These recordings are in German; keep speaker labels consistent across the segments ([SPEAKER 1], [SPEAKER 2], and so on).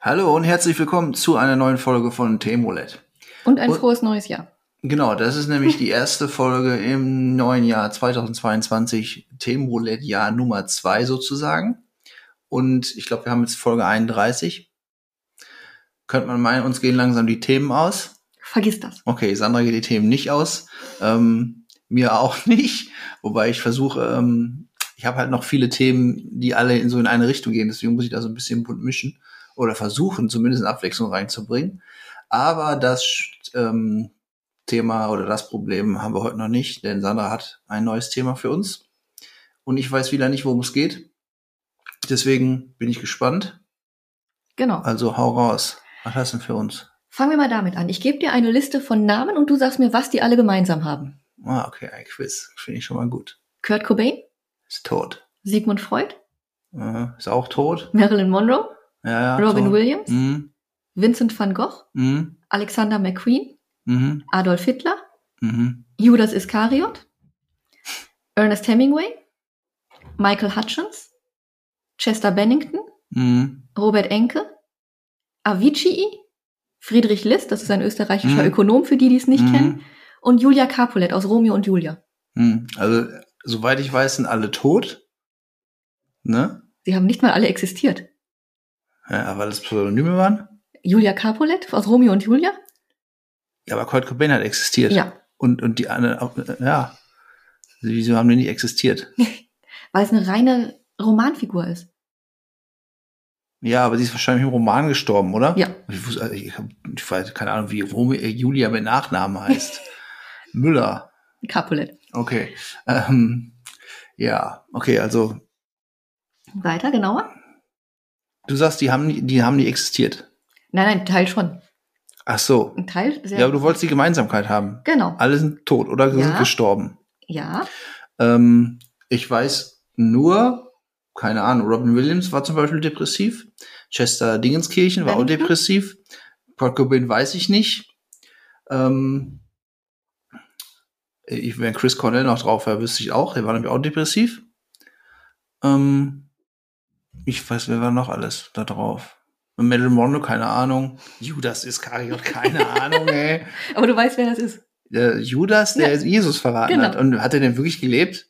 [SPEAKER 1] Hallo und herzlich willkommen zu einer neuen Folge von Themolet.
[SPEAKER 2] Und ein frohes neues Jahr.
[SPEAKER 1] Genau, das ist nämlich die erste Folge im neuen Jahr 2022, Themolet-Jahr Nummer 2 sozusagen. Und ich glaube, wir haben jetzt Folge 31. Könnte man meinen, uns gehen langsam die Themen aus.
[SPEAKER 2] Vergiss das.
[SPEAKER 1] Okay, Sandra geht die Themen nicht aus. Ähm, mir auch nicht. Wobei ich versuche, ähm, ich habe halt noch viele Themen, die alle in so in eine Richtung gehen. Deswegen muss ich da so ein bisschen bunt mischen oder versuchen, zumindest eine Abwechslung reinzubringen. Aber das ähm, Thema oder das Problem haben wir heute noch nicht, denn Sandra hat ein neues Thema für uns. Und ich weiß wieder nicht, worum es geht. Deswegen bin ich gespannt.
[SPEAKER 2] Genau.
[SPEAKER 1] Also hau raus. Was hast du denn für uns?
[SPEAKER 2] Fangen wir mal damit an. Ich gebe dir eine Liste von Namen und du sagst mir, was die alle gemeinsam haben.
[SPEAKER 1] Ah, okay, ein Quiz. Finde ich schon mal gut.
[SPEAKER 2] Kurt Cobain,
[SPEAKER 1] Ist tot.
[SPEAKER 2] Sigmund Freud,
[SPEAKER 1] Äh, ist auch tot.
[SPEAKER 2] Marilyn Monroe,
[SPEAKER 1] Ja, ja,
[SPEAKER 2] Robin
[SPEAKER 1] tot.
[SPEAKER 2] Williams,
[SPEAKER 1] Mhm,
[SPEAKER 2] Vincent van Gogh,
[SPEAKER 1] mhm,
[SPEAKER 2] Alexander McQueen,
[SPEAKER 1] mhm,
[SPEAKER 2] Adolf Hitler,
[SPEAKER 1] mhm.
[SPEAKER 2] Judas Iskariot, Ernest Hemingway, Michael Hutchins, Chester Bennington,
[SPEAKER 1] Mhm.
[SPEAKER 2] Robert Enke, Avicii, Friedrich List, das ist ein österreichischer
[SPEAKER 1] Mhm.
[SPEAKER 2] Ökonom, für die, die es nicht
[SPEAKER 1] mhm.
[SPEAKER 2] kennen, und Julia Capulet aus Romeo und Julia.
[SPEAKER 1] Mhm. Also, soweit ich weiß, sind alle tot. Ne?
[SPEAKER 2] Sie haben nicht mal alle existiert.
[SPEAKER 1] Ja, weil das Pseudonyme waren.
[SPEAKER 2] Julia Capulet aus Romeo und Julia?
[SPEAKER 1] Ja, aber Kurt Cobain hat existiert.
[SPEAKER 2] Ja,
[SPEAKER 1] Und, und die anderen, ja. Wieso haben die nicht existiert?
[SPEAKER 2] weil es eine reine Romanfigur ist.
[SPEAKER 1] Ja, aber sie ist wahrscheinlich im Roman gestorben, oder?
[SPEAKER 2] Ja.
[SPEAKER 1] Ich, wusste, also ich, hab- ich weiß keine Ahnung, wie Rom- äh, Julia mit Nachnamen heißt. Müller.
[SPEAKER 2] Capulet.
[SPEAKER 1] Okay. Ähm, ja, okay, also
[SPEAKER 2] Weiter, genauer?
[SPEAKER 1] du sagst, die haben, nie- die haben nicht existiert.
[SPEAKER 2] Nein, nein, Teil schon.
[SPEAKER 1] Ach so.
[SPEAKER 2] Ein Teil sehr.
[SPEAKER 1] Ja, aber du wolltest die Gemeinsamkeit haben.
[SPEAKER 2] genau.
[SPEAKER 1] Alle sind tot oder sind
[SPEAKER 2] Ja.
[SPEAKER 1] gestorben.
[SPEAKER 2] Ja,
[SPEAKER 1] Ähm, ich weiß nur, keine Ahnung, Robin Williams war zum Beispiel depressiv. Chester Dingenskirchen war auch
[SPEAKER 2] Bennington?
[SPEAKER 1] depressiv. Kurt Cobain weiß ich nicht. Ähm, ich, wenn Chris Cornell noch drauf wäre, wüsste ich auch. Der war nämlich auch depressiv. Ähm, ich weiß, wer war noch alles da drauf? Marilyn Monroe, keine Ahnung. Judas Iskariot, keine Ahnung, ey.
[SPEAKER 2] aber du weißt, wer das ist.
[SPEAKER 1] Der Judas, der
[SPEAKER 2] Ja.
[SPEAKER 1] Jesus verraten
[SPEAKER 2] Genau.
[SPEAKER 1] hat. Und hat er denn wirklich gelebt?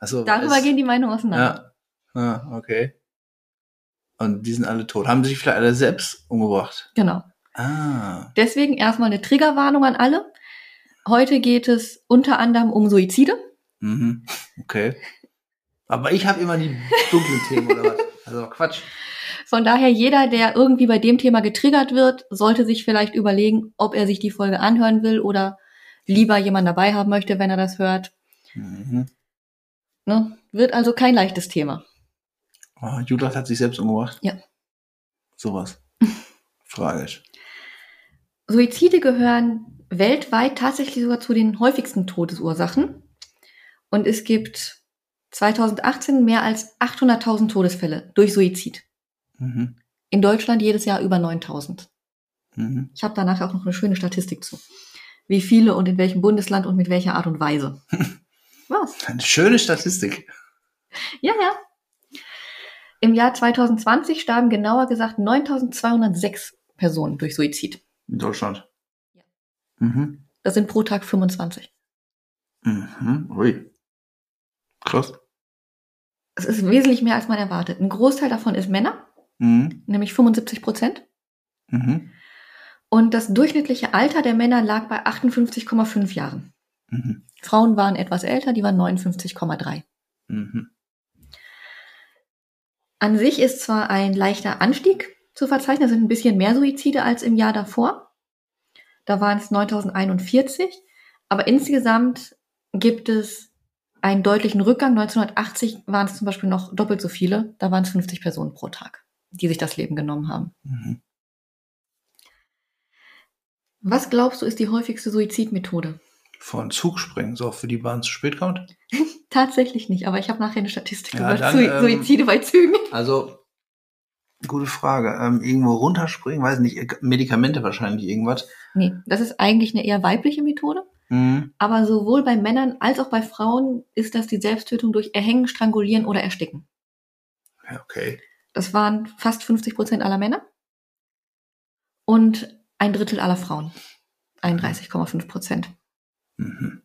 [SPEAKER 1] Also,
[SPEAKER 2] Darüber gehen die Meinungen auseinander.
[SPEAKER 1] ja. Ah, okay. Und die sind alle tot. Haben sich vielleicht alle selbst umgebracht?
[SPEAKER 2] Genau.
[SPEAKER 1] Ah.
[SPEAKER 2] Deswegen erstmal eine Triggerwarnung an alle. Heute geht es unter anderem um Suizide.
[SPEAKER 1] Mhm. Okay. Aber ich habe immer die dunklen Themen, oder was? Also Quatsch.
[SPEAKER 2] Von daher, jeder, der irgendwie bei dem Thema getriggert wird, sollte sich vielleicht überlegen, ob er sich die Folge anhören will oder lieber jemand dabei haben möchte, wenn er das hört.
[SPEAKER 1] Mhm.
[SPEAKER 2] Ne? Wird also kein leichtes Thema.
[SPEAKER 1] Oh, Judas hat sich selbst umgebracht?
[SPEAKER 2] Ja.
[SPEAKER 1] Sowas. Tragisch.
[SPEAKER 2] Suizide gehören weltweit tatsächlich sogar zu den häufigsten Todesursachen. Und es gibt 2018 mehr als 800.000 Todesfälle durch Suizid.
[SPEAKER 1] Mhm.
[SPEAKER 2] In Deutschland jedes Jahr über 9.000.
[SPEAKER 1] Mhm.
[SPEAKER 2] Ich habe danach auch noch eine schöne Statistik zu. Wie viele und in welchem Bundesland und mit welcher Art und Weise. Was?
[SPEAKER 1] Eine schöne Statistik.
[SPEAKER 2] Ja, ja. Im Jahr 2020 starben genauer gesagt 9206 Personen durch Suizid.
[SPEAKER 1] In Deutschland.
[SPEAKER 2] Ja.
[SPEAKER 1] Mhm.
[SPEAKER 2] Das sind pro Tag 25.
[SPEAKER 1] Mhm. Ui. Krass.
[SPEAKER 2] Es ist wesentlich mehr, als man erwartet. Ein Großteil davon ist Männer,
[SPEAKER 1] Mhm.
[SPEAKER 2] nämlich 75 Prozent.
[SPEAKER 1] Mhm.
[SPEAKER 2] Und das durchschnittliche Alter der Männer lag bei 58,5 Jahren.
[SPEAKER 1] Mhm.
[SPEAKER 2] Frauen waren etwas älter, die waren 59,3.
[SPEAKER 1] Mhm.
[SPEAKER 2] An sich ist zwar ein leichter Anstieg zu verzeichnen, es sind ein bisschen mehr Suizide als im Jahr davor. Da waren es 9041, aber insgesamt gibt es einen deutlichen Rückgang. 1980 waren es zum Beispiel noch doppelt so viele, da waren es 50 Personen pro Tag, die sich das Leben genommen haben.
[SPEAKER 1] Mhm.
[SPEAKER 2] Was glaubst du ist die häufigste Suizidmethode?
[SPEAKER 1] Vor den Zug springen, so für die Bahn zu spät kommt.
[SPEAKER 2] Tatsächlich nicht, aber ich habe nachher eine Statistik
[SPEAKER 1] Ja,
[SPEAKER 2] über
[SPEAKER 1] dann,
[SPEAKER 2] Sui-
[SPEAKER 1] ähm,
[SPEAKER 2] Suizide bei Zügen.
[SPEAKER 1] Also, Gute Frage. Ähm, irgendwo runterspringen, weiß nicht, äh, Medikamente wahrscheinlich irgendwas.
[SPEAKER 2] Nee, das ist eigentlich eine eher weibliche Methode.
[SPEAKER 1] Mhm.
[SPEAKER 2] Aber sowohl bei Männern als auch bei Frauen ist das die Selbsttötung durch Erhängen, Strangulieren oder Ersticken.
[SPEAKER 1] Ja, okay.
[SPEAKER 2] Das waren fast 50 Prozent aller Männer und ein Drittel aller Frauen. 31,5 Prozent.
[SPEAKER 1] Mhm.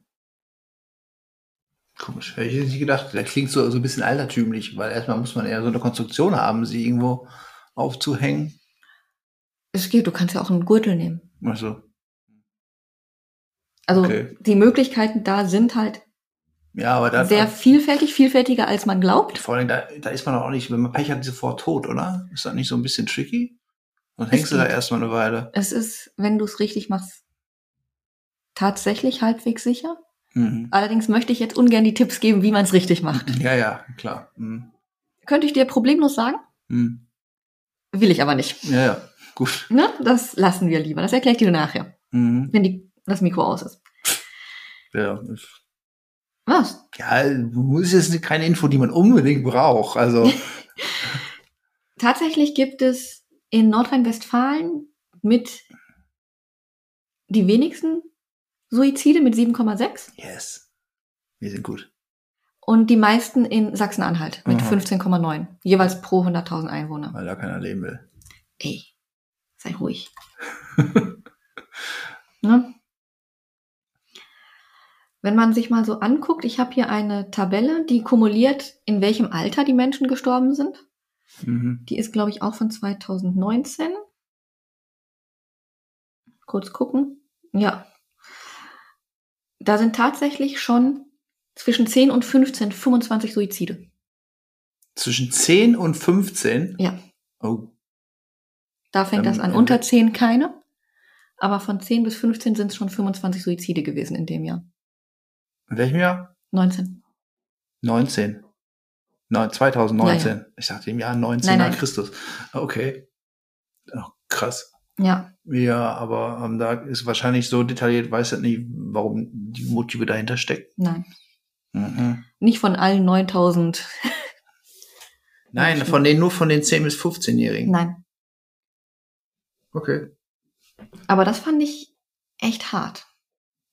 [SPEAKER 1] Komisch. Hätte ich nicht gedacht. Das klingt so, so ein bisschen altertümlich, weil erstmal muss man eher so eine Konstruktion haben, sie irgendwo aufzuhängen.
[SPEAKER 2] Es geht, du kannst ja auch einen Gürtel nehmen.
[SPEAKER 1] Also,
[SPEAKER 2] Also
[SPEAKER 1] Okay.
[SPEAKER 2] die Möglichkeiten da sind halt
[SPEAKER 1] ja, aber da,
[SPEAKER 2] sehr vielfältig, vielfältiger als man glaubt.
[SPEAKER 1] vor allem, da, da ist man doch auch nicht, wenn man Pech hat, sofort tot, oder? Ist das nicht so ein bisschen tricky? Dann hängst du da
[SPEAKER 2] geht.
[SPEAKER 1] erstmal eine Weile.
[SPEAKER 2] Es ist, wenn du es richtig machst, tatsächlich halbwegs sicher.
[SPEAKER 1] Mhm.
[SPEAKER 2] Allerdings möchte ich jetzt ungern die Tipps geben, wie man es richtig macht.
[SPEAKER 1] Ja, ja, klar. Mhm.
[SPEAKER 2] Könnte ich dir problemlos sagen,
[SPEAKER 1] Mhm.
[SPEAKER 2] will ich aber nicht.
[SPEAKER 1] Ja, ja, gut.
[SPEAKER 2] Ne? Das lassen wir lieber. Das erkläre ich dir nachher,
[SPEAKER 1] Mhm.
[SPEAKER 2] wenn die, das Mikro aus ist.
[SPEAKER 1] Ja, ist-
[SPEAKER 2] Was?
[SPEAKER 1] ja, ist jetzt keine Info, die man unbedingt braucht. Also,
[SPEAKER 2] Tatsächlich gibt es in Nordrhein-Westfalen mit die wenigsten Suizide mit 7,6
[SPEAKER 1] yes. Wir sind gut.
[SPEAKER 2] und die meisten in Sachsen-Anhalt mit
[SPEAKER 1] Aha.
[SPEAKER 2] 15,9, jeweils pro 100.000 Einwohner.
[SPEAKER 1] Weil da keiner leben will.
[SPEAKER 2] Ey, sei ruhig. ne? Wenn man sich mal so anguckt, ich habe hier eine Tabelle, die kumuliert, in welchem Alter die Menschen gestorben sind.
[SPEAKER 1] Mhm.
[SPEAKER 2] Die ist, glaube ich, auch von 2019. Kurz gucken. Ja. Da sind tatsächlich schon zwischen 10 und 15, 25 Suizide.
[SPEAKER 1] Zwischen 10 und 15?
[SPEAKER 2] Ja.
[SPEAKER 1] Oh,
[SPEAKER 2] Da fängt
[SPEAKER 1] Ähm,
[SPEAKER 2] das an.
[SPEAKER 1] ähm,
[SPEAKER 2] Unter 10 keine. Aber von 10 bis 15 sind es schon 25 Suizide gewesen in dem Jahr.
[SPEAKER 1] in welchem Jahr?
[SPEAKER 2] 19.
[SPEAKER 1] 19. Nein, 2019.
[SPEAKER 2] Ja,
[SPEAKER 1] Ich dachte im Jahr 19
[SPEAKER 2] Nein,
[SPEAKER 1] nach
[SPEAKER 2] nein.
[SPEAKER 1] Christus. Okay. Oh, krass.
[SPEAKER 2] Ja.
[SPEAKER 1] Ja, aber ähm, da ist wahrscheinlich so detailliert, weiß halt nicht, warum die Motive dahinter stecken.
[SPEAKER 2] Nein.
[SPEAKER 1] Mhm.
[SPEAKER 2] Nicht von allen 9000.
[SPEAKER 1] Nein, von den, nur von den 10- bis 15-Jährigen.
[SPEAKER 2] Nein.
[SPEAKER 1] Okay.
[SPEAKER 2] Aber das fand ich echt hart.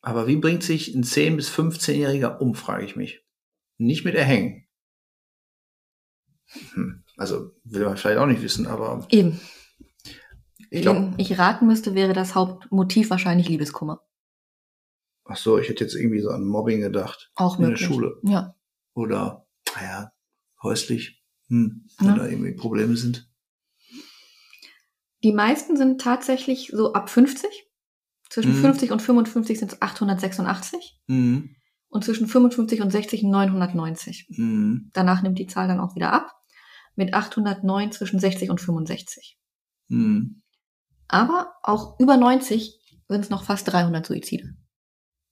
[SPEAKER 1] Aber wie bringt sich ein 10- bis 15-Jähriger um, frage ich mich. Nicht mit Erhängen. Hm. Also, will man vielleicht auch nicht wissen, aber
[SPEAKER 2] Eben.
[SPEAKER 1] ich glaube,
[SPEAKER 2] Wenn ich raten müsste, wäre das Hauptmotiv wahrscheinlich Liebeskummer.
[SPEAKER 1] ach so, ich hätte jetzt irgendwie so an Mobbing gedacht.
[SPEAKER 2] Auch
[SPEAKER 1] In der
[SPEAKER 2] möglich.
[SPEAKER 1] Schule.
[SPEAKER 2] Ja.
[SPEAKER 1] Oder, naja, häuslich, hm, wenn
[SPEAKER 2] Ja.
[SPEAKER 1] da irgendwie Probleme sind.
[SPEAKER 2] Die meisten sind tatsächlich so ab 50. Zwischen
[SPEAKER 1] Mhm.
[SPEAKER 2] 50 und 55 sind es 886
[SPEAKER 1] Mhm.
[SPEAKER 2] und zwischen 55 und 60 990.
[SPEAKER 1] Mhm.
[SPEAKER 2] Danach nimmt die Zahl dann auch wieder ab mit 809 zwischen 60 und 65.
[SPEAKER 1] Mhm.
[SPEAKER 2] Aber auch über 90 sind es noch fast 300 Suizide.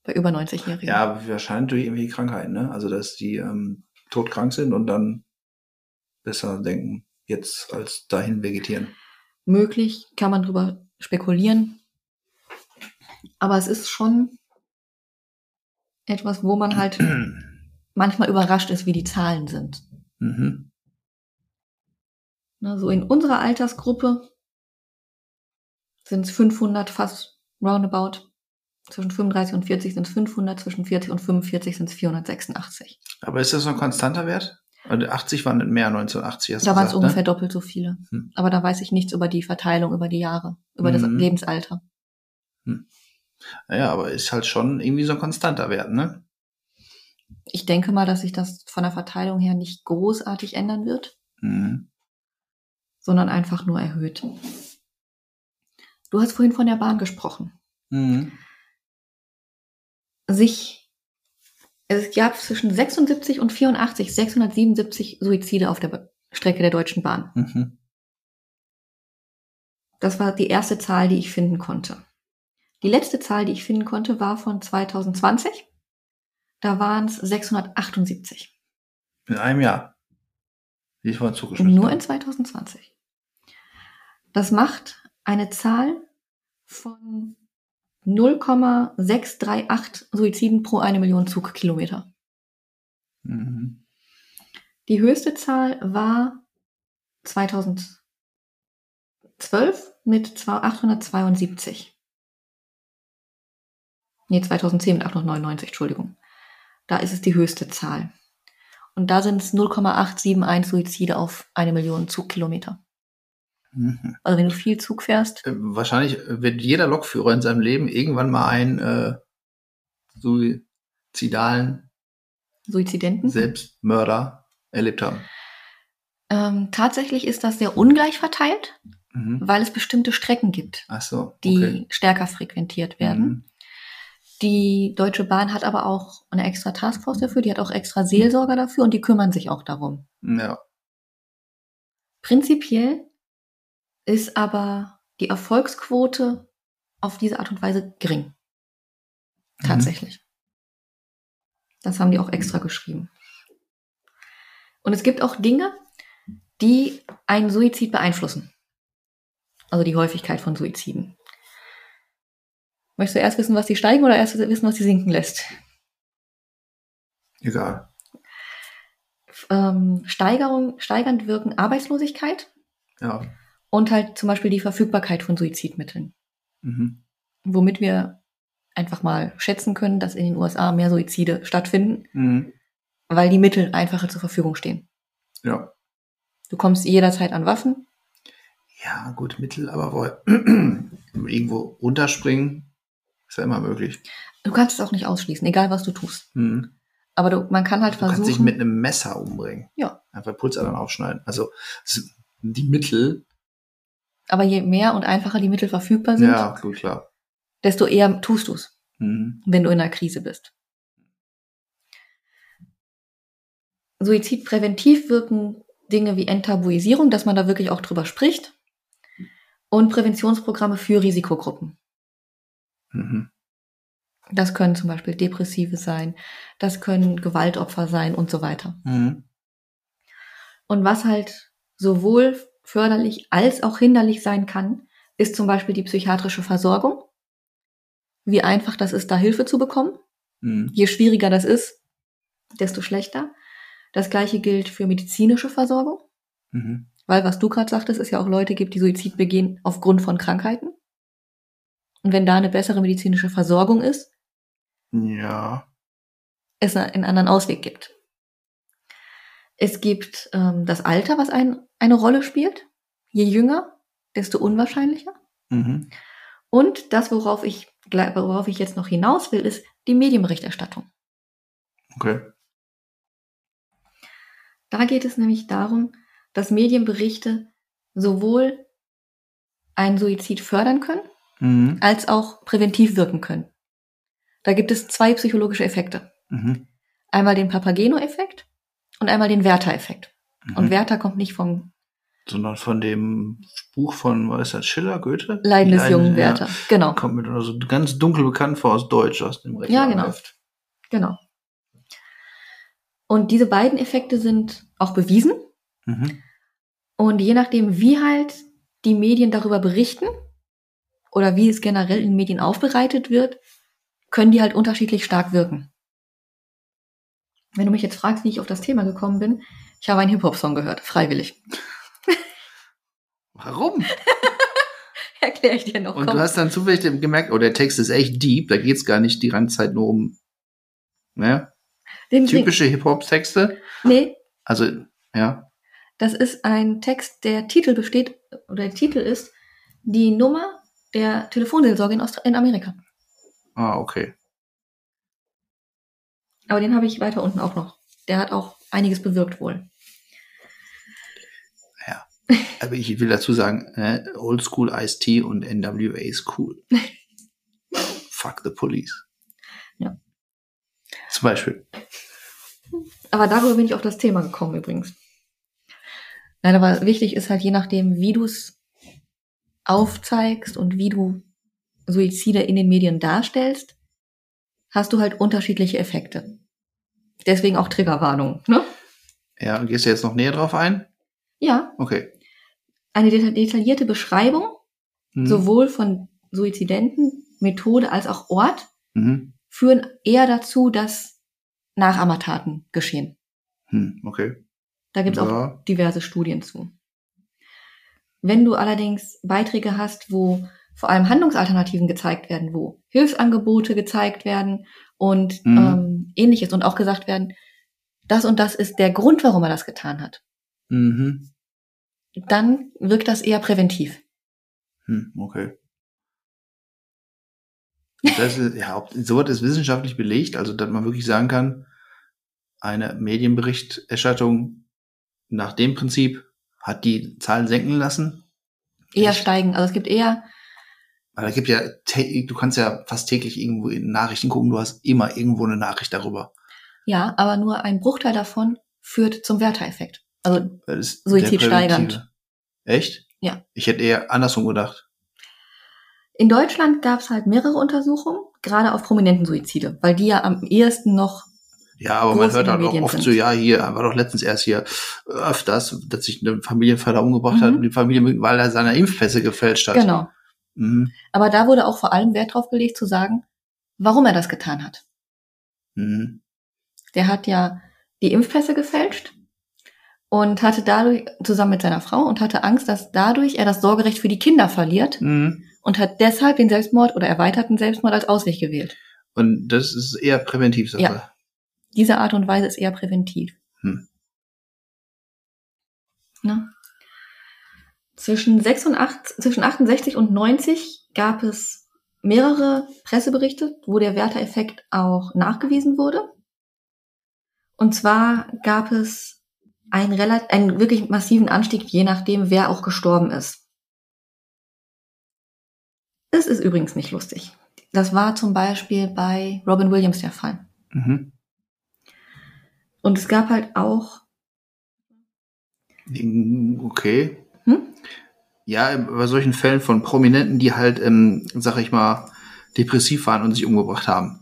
[SPEAKER 2] Bei über 90-Jährigen.
[SPEAKER 1] Ja, wahrscheinlich durch irgendwelche Krankheiten, ne? Also, dass die ähm, todkrank sind und dann besser denken, jetzt als dahin vegetieren.
[SPEAKER 2] Möglich, kann man drüber spekulieren. Aber es ist schon etwas, wo man halt manchmal überrascht ist, wie die Zahlen sind.
[SPEAKER 1] mhm.
[SPEAKER 2] Ne, so in unserer Altersgruppe sind es 500 fast roundabout. Zwischen 35 und 40 sind es 500, zwischen 40 und 45 sind es 486.
[SPEAKER 1] Aber ist das so ein konstanter Wert? Und 80 waren nicht mehr, 1980 hast du
[SPEAKER 2] da waren es
[SPEAKER 1] gesagt,
[SPEAKER 2] ungefähr
[SPEAKER 1] ne?
[SPEAKER 2] doppelt so viele.
[SPEAKER 1] Hm.
[SPEAKER 2] Aber da weiß ich nichts über die Verteilung, über die Jahre, über das
[SPEAKER 1] Mhm.
[SPEAKER 2] Lebensalter.
[SPEAKER 1] Naja, aber ist halt schon irgendwie so ein konstanter Wert, ne?
[SPEAKER 2] Ich denke mal, dass sich das von der Verteilung her nicht großartig ändern wird.
[SPEAKER 1] Mhm.
[SPEAKER 2] sondern einfach nur erhöht. Du hast vorhin von der Bahn gesprochen.
[SPEAKER 1] Mhm.
[SPEAKER 2] Sich, es gab zwischen 76 und 84 677 Suizide auf der Be- Strecke der Deutschen Bahn.
[SPEAKER 1] Mhm.
[SPEAKER 2] Das war die erste Zahl, die ich finden konnte. Die letzte Zahl, die ich finden konnte, war von 2020. Da waren es 678.
[SPEAKER 1] In einem Jahr. Die ich vorhin zugeschmissen
[SPEAKER 2] Nur
[SPEAKER 1] habe.
[SPEAKER 2] in 2020. Das macht eine Zahl von 0,638 Suiziden pro eine Million Zugkilometer.
[SPEAKER 1] mhm.
[SPEAKER 2] Die höchste Zahl war 2000, 12 mit 872. Nee, 2010 mit 899, Entschuldigung. Da ist es die höchste Zahl. Und da sind es 0,871 Suizide auf eine Million Zugkilometer.
[SPEAKER 1] Mhm.
[SPEAKER 2] Also wenn du viel Zug fährst,
[SPEAKER 1] Äh, Wahrscheinlich wird jeder Lokführer in seinem Leben irgendwann mal einen äh, suizidalen
[SPEAKER 2] Suizidenten.
[SPEAKER 1] Selbstmörder erlebt haben.
[SPEAKER 2] Ähm, tatsächlich ist das sehr ungleich verteilt,
[SPEAKER 1] Mhm.
[SPEAKER 2] weil es bestimmte Strecken gibt,
[SPEAKER 1] Ach so, okay.
[SPEAKER 2] die stärker frequentiert werden.
[SPEAKER 1] Mhm.
[SPEAKER 2] Die Deutsche Bahn hat aber auch eine extra Taskforce dafür, die hat auch extra Seelsorger dafür und die kümmern sich auch darum.
[SPEAKER 1] Mhm. Ja.
[SPEAKER 2] Prinzipiell ist aber die Erfolgsquote auf diese Art und Weise gering. Tatsächlich. Das haben die auch extra geschrieben. Und es gibt auch Dinge, die einen Suizid beeinflussen. Also die Häufigkeit von Suiziden. Möchtest du erst wissen, was die steigen oder erst wissen, was die sinken lässt?
[SPEAKER 1] Mhm. Egal.
[SPEAKER 2] Ähm, Steigerung, steigernd wirken Arbeitslosigkeit
[SPEAKER 1] Ja.
[SPEAKER 2] und halt zum Beispiel die Verfügbarkeit von Suizidmitteln.
[SPEAKER 1] Mhm.
[SPEAKER 2] womit wir einfach mal schätzen können, dass in den USA mehr Suizide stattfinden,
[SPEAKER 1] Mhm.
[SPEAKER 2] weil die Mittel einfacher zur Verfügung stehen.
[SPEAKER 1] Ja.
[SPEAKER 2] Du kommst jederzeit an Waffen.
[SPEAKER 1] Ja, gut, Mittel, aber wo, irgendwo runterspringen ist ja immer möglich.
[SPEAKER 2] Du kannst es auch nicht ausschließen, egal was du tust.
[SPEAKER 1] Mhm.
[SPEAKER 2] Aber du, man kann halt
[SPEAKER 1] Du kannst dich
[SPEAKER 2] versuchen.
[SPEAKER 1] mit einem Messer umbringen.
[SPEAKER 2] Ja.
[SPEAKER 1] Einfach Pulsadern aufschneiden. Also es- die Mittel,
[SPEAKER 2] aber je mehr und einfacher die Mittel verfügbar sind,
[SPEAKER 1] ja, gut, klar.
[SPEAKER 2] desto eher tust du es,
[SPEAKER 1] Mhm.
[SPEAKER 2] wenn du in einer Krise bist. Suizidpräventiv wirken Dinge wie Enttabuisierung, dass man da wirklich auch drüber spricht. Und Präventionsprogramme für Risikogruppen.
[SPEAKER 1] Mhm.
[SPEAKER 2] Das können zum Beispiel Depressive sein, das können Gewaltopfer sein und so weiter.
[SPEAKER 1] Mhm.
[SPEAKER 2] Und was halt sowohl förderlich als auch hinderlich sein kann, ist zum Beispiel die psychiatrische Versorgung. Wie einfach das ist, da Hilfe zu bekommen.
[SPEAKER 1] Mhm.
[SPEAKER 2] Je schwieriger das ist, desto schlechter. Das gleiche gilt für medizinische Versorgung,
[SPEAKER 1] Mhm.
[SPEAKER 2] weil was du gerade sagtest, es ja auch Leute gibt, die Suizid begehen aufgrund von Krankheiten. Und wenn da eine bessere medizinische Versorgung ist,
[SPEAKER 1] Ja.
[SPEAKER 2] es einen anderen Ausweg gibt. Es gibt ähm, das Alter, was ein, eine Rolle spielt. Je jünger, desto unwahrscheinlicher.
[SPEAKER 1] Mhm.
[SPEAKER 2] Und das, worauf ich, gleich- worauf ich jetzt noch hinaus will, ist die Medienberichterstattung.
[SPEAKER 1] Okay.
[SPEAKER 2] Da geht es nämlich darum, dass Medienberichte sowohl einen Suizid fördern können,
[SPEAKER 1] Mhm.
[SPEAKER 2] als auch präventiv wirken können. Da gibt es zwei psychologische Effekte.
[SPEAKER 1] Mhm.
[SPEAKER 2] Einmal den Papageno-Effekt und einmal den Werther-Effekt. Und
[SPEAKER 1] Mhm.
[SPEAKER 2] Werther kommt nicht vom
[SPEAKER 1] Sondern von dem Buch von, was ist das, Schiller, Goethe?
[SPEAKER 2] Leiden des
[SPEAKER 1] Leiden-
[SPEAKER 2] jungen Werther. Genau,
[SPEAKER 1] Ja, kommt mir nur so ganz dunkel bekannt vor aus Deutsch, aus dem Recht.
[SPEAKER 2] Ja, genau. genau. Und diese beiden Effekte sind auch bewiesen.
[SPEAKER 1] Mhm.
[SPEAKER 2] Und je nachdem, wie halt die Medien darüber berichten oder wie es generell in Medien aufbereitet wird, können die halt unterschiedlich stark wirken. Wenn du mich jetzt fragst, wie ich auf das Thema gekommen bin, ich habe einen Hip-Hop-Song gehört, freiwillig.
[SPEAKER 1] Warum?
[SPEAKER 2] Erkläre ich dir noch.
[SPEAKER 1] Und
[SPEAKER 2] komm.
[SPEAKER 1] du hast dann zufällig gemerkt, oh, der Text ist echt deep, da geht's gar nicht die ganze Zeit nur um ne?
[SPEAKER 2] Den Sing-
[SPEAKER 1] typische Hip-Hop-Texte.
[SPEAKER 2] Nee,
[SPEAKER 1] Also, ja.
[SPEAKER 2] Das ist ein Text, der Titel besteht, oder der Titel ist die Nummer der Telefonseelsorge in, Austra in Amerika.
[SPEAKER 1] Ah, okay.
[SPEAKER 2] Aber den habe ich weiter unten auch noch. Der hat auch einiges bewirkt wohl.
[SPEAKER 1] Aber ich will dazu sagen, ne? Oldschool Ice-T und NWA ist cool. Fuck the police.
[SPEAKER 2] Ja.
[SPEAKER 1] Zum Beispiel.
[SPEAKER 2] Aber darüber bin ich auf das Thema gekommen übrigens. Nein, aber wichtig ist halt je nachdem, wie du es aufzeigst und wie du Suizide in den Medien darstellst, hast du halt unterschiedliche Effekte. Deswegen auch Triggerwarnung. Ne?
[SPEAKER 1] Ja, gehst du jetzt noch näher drauf ein?
[SPEAKER 2] Ja,
[SPEAKER 1] Okay.
[SPEAKER 2] eine deta detaillierte Beschreibung
[SPEAKER 1] Mhm.
[SPEAKER 2] sowohl von Suizidenten, Methode als auch Ort,
[SPEAKER 1] Mhm.
[SPEAKER 2] führen eher dazu, dass Nachahmertaten geschehen.
[SPEAKER 1] Hm, okay.
[SPEAKER 2] Da gibt es
[SPEAKER 1] Ja.
[SPEAKER 2] auch diverse Studien zu. Wenn du allerdings Beiträge hast, wo vor allem Handlungsalternativen gezeigt werden, wo Hilfsangebote gezeigt werden und
[SPEAKER 1] Mhm.
[SPEAKER 2] ähm, ähnliches und auch gesagt werden, das und das ist der Grund, warum er das getan hat,
[SPEAKER 1] Mhm.
[SPEAKER 2] dann wirkt das eher präventiv.
[SPEAKER 1] Hm, okay. Und Das ist, ja, ob, sowas ist wissenschaftlich belegt, also dass man wirklich sagen kann, eine Medienberichterstattung nach dem Prinzip hat die Zahlen senken lassen.
[SPEAKER 2] Eher
[SPEAKER 1] Echt?
[SPEAKER 2] steigen. Also es gibt eher,
[SPEAKER 1] Weil da gibt ja, tä- du kannst ja fast täglich irgendwo in Nachrichten gucken, du hast immer irgendwo eine Nachricht darüber.
[SPEAKER 2] ja, aber nur ein Bruchteil davon führt zum Werter-Effekt. Also
[SPEAKER 1] Das ist sehr
[SPEAKER 2] Suizidsteigernd.
[SPEAKER 1] präventive. Echt?
[SPEAKER 2] Ja.
[SPEAKER 1] Ich hätte eher andersrum gedacht.
[SPEAKER 2] in Deutschland gab es halt mehrere Untersuchungen, gerade auf prominenten Suizide, weil die ja am ehesten noch
[SPEAKER 1] Ja, aber
[SPEAKER 2] Groß
[SPEAKER 1] man hört
[SPEAKER 2] in den
[SPEAKER 1] halt auch
[SPEAKER 2] Medien
[SPEAKER 1] oft
[SPEAKER 2] sind.
[SPEAKER 1] so, ja, hier, war doch letztens erst hier äh, öfters, dass sich ein Familienvater umgebracht hat
[SPEAKER 2] Mhm.
[SPEAKER 1] und die Familie, weil er seine Impfpässe gefälscht hat.
[SPEAKER 2] genau.
[SPEAKER 1] Mhm.
[SPEAKER 2] Aber da wurde auch vor allem Wert drauf gelegt, zu sagen, warum er das getan hat.
[SPEAKER 1] Mhm.
[SPEAKER 2] Der hat ja die Impfpässe gefälscht und hatte dadurch, zusammen mit seiner Frau, und hatte Angst, dass dadurch er das Sorgerecht für die Kinder verliert
[SPEAKER 1] Mhm.
[SPEAKER 2] und hat deshalb den Selbstmord oder erweiterten Selbstmord als Ausweg gewählt.
[SPEAKER 1] Und das ist eher präventiv, Sache.
[SPEAKER 2] Ja. Diese Art und Weise ist eher präventiv.
[SPEAKER 1] Hm.
[SPEAKER 2] Ne? Zwischen, 86, zwischen 68 und 90 gab es mehrere Presseberichte, wo der Werter-Effekt auch nachgewiesen wurde. Und zwar gab es einen, relat- einen wirklich massiven Anstieg, je nachdem, wer auch gestorben ist. Es ist übrigens nicht lustig. Das war zum Beispiel bei Robin Williams der Fall.
[SPEAKER 1] Mhm.
[SPEAKER 2] Und es gab halt auch,
[SPEAKER 1] Mhm, Okay.
[SPEAKER 2] Hm?
[SPEAKER 1] Ja, bei solchen Fällen von Prominenten, die halt, ähm, sag ich mal, depressiv waren und sich umgebracht haben.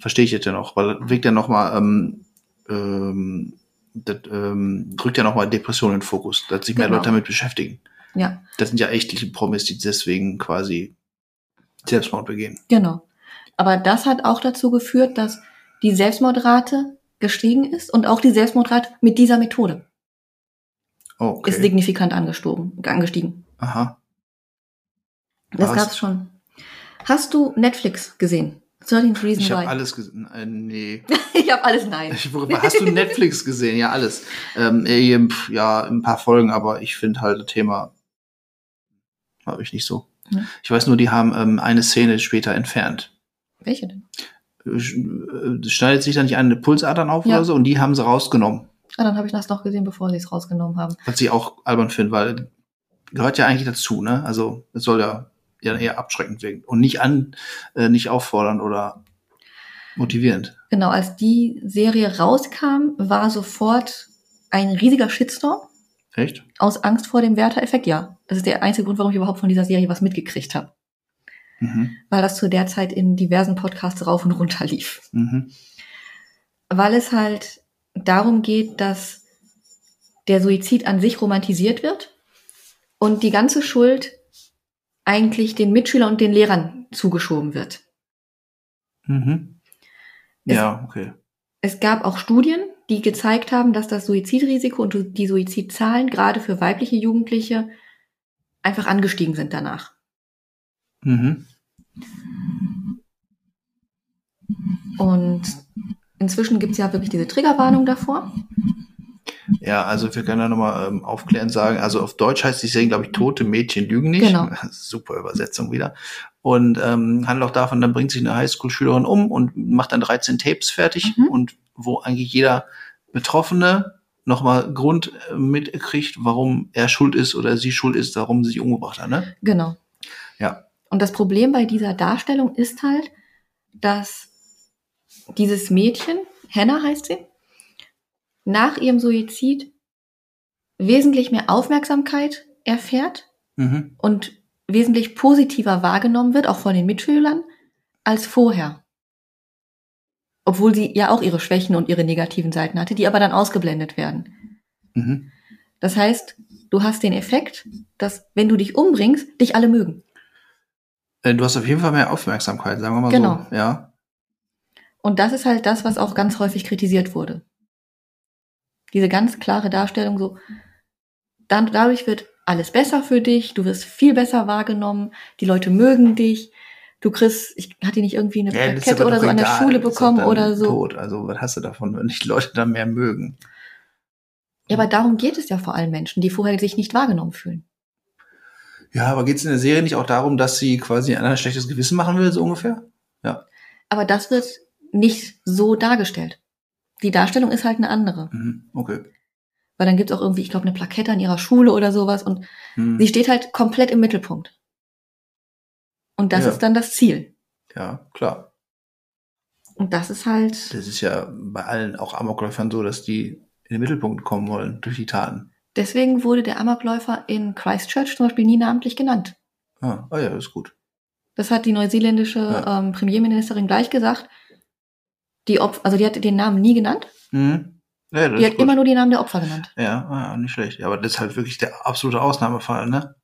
[SPEAKER 1] Verstehe ich jetzt ja noch, weil das wirkt ja nochmal, ähm, ähm, das ähm, rückt ja nochmal Depressionen in den Fokus, dass sich mehr
[SPEAKER 2] Genau.
[SPEAKER 1] Leute damit beschäftigen.
[SPEAKER 2] ja,
[SPEAKER 1] Das sind ja echtliche Promis, die deswegen quasi Selbstmord begehen.
[SPEAKER 2] genau. Aber das hat auch dazu geführt, dass die Selbstmordrate gestiegen ist und auch die Selbstmordrate mit dieser Methode
[SPEAKER 1] Oh,
[SPEAKER 2] ist
[SPEAKER 1] okay.
[SPEAKER 2] signifikant angestoben, angestiegen.
[SPEAKER 1] Aha.
[SPEAKER 2] Das
[SPEAKER 1] Was?
[SPEAKER 2] gab's schon. Hast du Netflix gesehen? 13 Reasons
[SPEAKER 1] Ich habe
[SPEAKER 2] Why.
[SPEAKER 1] alles gesehen. Äh, nee.
[SPEAKER 2] ich habe alles nein.
[SPEAKER 1] Ich, worüber- hast du Netflix gesehen? Ja, alles. Ähm, eh, pf, ja, ein paar Folgen, aber ich finde halt das Thema habe ich nicht so.
[SPEAKER 2] Ja.
[SPEAKER 1] Ich weiß nur, die haben ähm, eine Szene später entfernt.
[SPEAKER 2] Welche denn?
[SPEAKER 1] Äh, sch- äh, Schneidet sich da nicht eine Pulsadern auf
[SPEAKER 2] Ja.
[SPEAKER 1] oder so und die haben sie rausgenommen.
[SPEAKER 2] Ah, dann habe ich das noch gesehen, bevor sie es rausgenommen haben.
[SPEAKER 1] Was ich auch albern finde, weil gehört ja eigentlich dazu, ne? Also es soll ja, ja eher abschreckend wirken und nicht an, äh, nicht auffordern oder motivierend.
[SPEAKER 2] Genau, als die Serie rauskam, war sofort ein riesiger Shitstorm.
[SPEAKER 1] Echt?
[SPEAKER 2] Aus Angst vor dem Werter-Effekt, ja. Das ist der einzige Grund, warum ich überhaupt von dieser Serie was mitgekriegt habe.
[SPEAKER 1] Mhm.
[SPEAKER 2] Weil das zu der Zeit in diversen Podcasts rauf und runter lief.
[SPEAKER 1] Mhm.
[SPEAKER 2] Weil es halt darum geht, dass der Suizid an sich romantisiert wird und die ganze Schuld eigentlich den Mitschülern und den Lehrern zugeschoben wird.
[SPEAKER 1] Mhm.
[SPEAKER 2] Es-
[SPEAKER 1] Ja, okay.
[SPEAKER 2] Es gab auch Studien, die gezeigt haben, dass das Suizidrisiko und die Suizidzahlen gerade für weibliche Jugendliche einfach angestiegen sind danach.
[SPEAKER 1] Mhm.
[SPEAKER 2] Und inzwischen gibt's ja wirklich diese Triggerwarnung davor.
[SPEAKER 1] Ja, also wir können da nochmal ähm, aufklären sagen, also auf Deutsch heißt die Serie, glaube ich, Tote Mädchen lügen nicht.
[SPEAKER 2] Genau.
[SPEAKER 1] Super Übersetzung wieder. Und ähm, handelt auch davon, dann bringt sich eine Highschool-Schülerin um und macht dann 13 Tapes fertig
[SPEAKER 2] Mhm.
[SPEAKER 1] und wo eigentlich jeder Betroffene nochmal Grund äh, mitkriegt, warum er schuld ist oder sie schuld ist, warum sie sich umgebracht hat, ne?
[SPEAKER 2] Genau.
[SPEAKER 1] Ja.
[SPEAKER 2] Und das Problem bei dieser Darstellung ist halt, dass dieses Mädchen, Hannah heißt sie, nach ihrem Suizid wesentlich mehr Aufmerksamkeit erfährt
[SPEAKER 1] Mhm.
[SPEAKER 2] und wesentlich positiver wahrgenommen wird, auch von den Mitschülern, als vorher. Obwohl sie ja auch ihre Schwächen und ihre negativen Seiten hatte, die aber dann ausgeblendet werden.
[SPEAKER 1] Mhm.
[SPEAKER 2] Das heißt, du hast den Effekt, dass wenn du dich umbringst, dich alle mögen.
[SPEAKER 1] Äh, Du hast auf jeden Fall mehr Aufmerksamkeit, sagen wir mal
[SPEAKER 2] Genau.
[SPEAKER 1] so. Ja.
[SPEAKER 2] Und das ist halt das, was auch ganz häufig kritisiert wurde. Diese ganz klare Darstellung so, dann, dadurch wird alles besser für dich, du wirst viel besser wahrgenommen, die Leute mögen dich, du kriegst, ich hatte nicht irgendwie eine
[SPEAKER 1] Ja, das ist
[SPEAKER 2] Plakette
[SPEAKER 1] aber
[SPEAKER 2] oder
[SPEAKER 1] doch
[SPEAKER 2] so an der
[SPEAKER 1] egal,
[SPEAKER 2] Schule
[SPEAKER 1] ist doch
[SPEAKER 2] bekommen
[SPEAKER 1] dann
[SPEAKER 2] oder so.
[SPEAKER 1] Tot. Also was hast du davon, wenn dich Leute dann mehr mögen?
[SPEAKER 2] Ja, aber darum geht es ja vor allem Menschen, die vorher sich nicht wahrgenommen fühlen.
[SPEAKER 1] Ja, aber geht es in der Serie nicht auch darum, dass sie quasi einer ein schlechtes Gewissen machen will, so ungefähr?
[SPEAKER 2] Aber das wird nicht so dargestellt. Die Darstellung ist halt eine andere.
[SPEAKER 1] Mhm, okay.
[SPEAKER 2] Weil dann gibt's auch irgendwie, ich glaube, eine Plakette an ihrer Schule oder sowas und
[SPEAKER 1] Mhm,
[SPEAKER 2] sie steht halt komplett im Mittelpunkt. Und das
[SPEAKER 1] Ja.
[SPEAKER 2] ist dann das Ziel.
[SPEAKER 1] ja, klar.
[SPEAKER 2] Und das ist halt,
[SPEAKER 1] Das ist ja bei allen, auch Amokläufern so, dass die in den Mittelpunkt kommen wollen durch die Taten.
[SPEAKER 2] deswegen wurde der Amokläufer in Christchurch zum Beispiel nie namentlich genannt.
[SPEAKER 1] Ah, ah ja, das ist gut.
[SPEAKER 2] Das hat die neuseeländische
[SPEAKER 1] Ja.
[SPEAKER 2] ähm, Premierministerin gleich gesagt. Die Opfer, also die hat den Namen nie genannt.
[SPEAKER 1] Mhm. Ja, das
[SPEAKER 2] die
[SPEAKER 1] ist
[SPEAKER 2] hat
[SPEAKER 1] gut.
[SPEAKER 2] immer nur die Namen der Opfer genannt.
[SPEAKER 1] ja, ah, nicht schlecht. Ja, aber das ist halt wirklich der absolute Ausnahmefall, ne?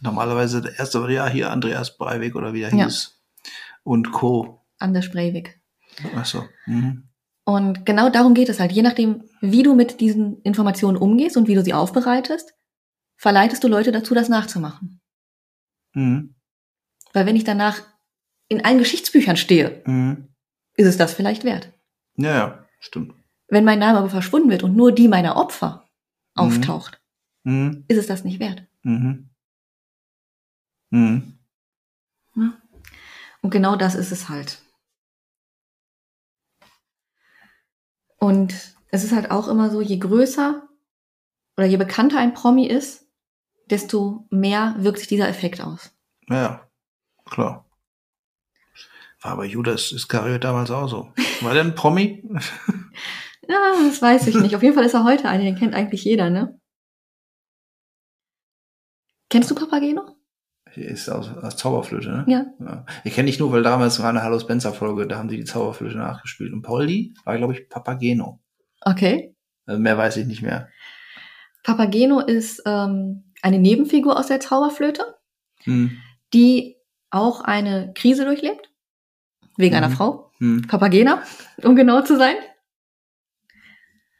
[SPEAKER 1] Normalerweise der erste war ja hier Andreas Breivik oder wie er
[SPEAKER 2] Ja.
[SPEAKER 1] hieß. Und Co.
[SPEAKER 2] Anders Breivik.
[SPEAKER 1] Ach so. Mhm.
[SPEAKER 2] Und genau darum geht es halt. Je nachdem, wie du mit diesen Informationen umgehst und wie du sie aufbereitest, verleitest du Leute dazu, das nachzumachen.
[SPEAKER 1] Mhm.
[SPEAKER 2] Weil wenn ich danach in allen Geschichtsbüchern stehe,
[SPEAKER 1] Mhm.
[SPEAKER 2] ist es das vielleicht wert.
[SPEAKER 1] Ja, ja, stimmt.
[SPEAKER 2] Wenn mein Name aber verschwunden wird und nur die meiner Opfer
[SPEAKER 1] Mhm.
[SPEAKER 2] auftaucht,
[SPEAKER 1] Mhm.
[SPEAKER 2] ist es das nicht wert.
[SPEAKER 1] Mhm. Mhm.
[SPEAKER 2] Und genau das ist es halt. Und es ist halt auch immer so, je größer oder je bekannter ein Promi ist, desto mehr wirkt sich dieser Effekt aus.
[SPEAKER 1] Ja, Ja, klar. War bei Judas Iskariot damals auch so. War der ein Promi?
[SPEAKER 2] Ja, das weiß ich nicht. Auf jeden Fall ist er heute einer, den kennt eigentlich jeder, ne? Kennst du Papageno?
[SPEAKER 1] Hier Ist aus, aus Zauberflöte, ne?
[SPEAKER 2] Ja.
[SPEAKER 1] Ich kenne dich nur, weil damals war eine Hallo Spencer-Folge, da haben sie die Zauberflöte nachgespielt. Und Poldi war, glaube ich, Papageno.
[SPEAKER 2] Okay.
[SPEAKER 1] Also mehr weiß ich nicht mehr.
[SPEAKER 2] Papageno ist ähm, eine Nebenfigur aus der Zauberflöte,
[SPEAKER 1] Hm.
[SPEAKER 2] die auch eine Krise durchlebt. Wegen einer
[SPEAKER 1] Mhm.
[SPEAKER 2] Frau.
[SPEAKER 1] Hm.
[SPEAKER 2] Papagena, um genau zu sein.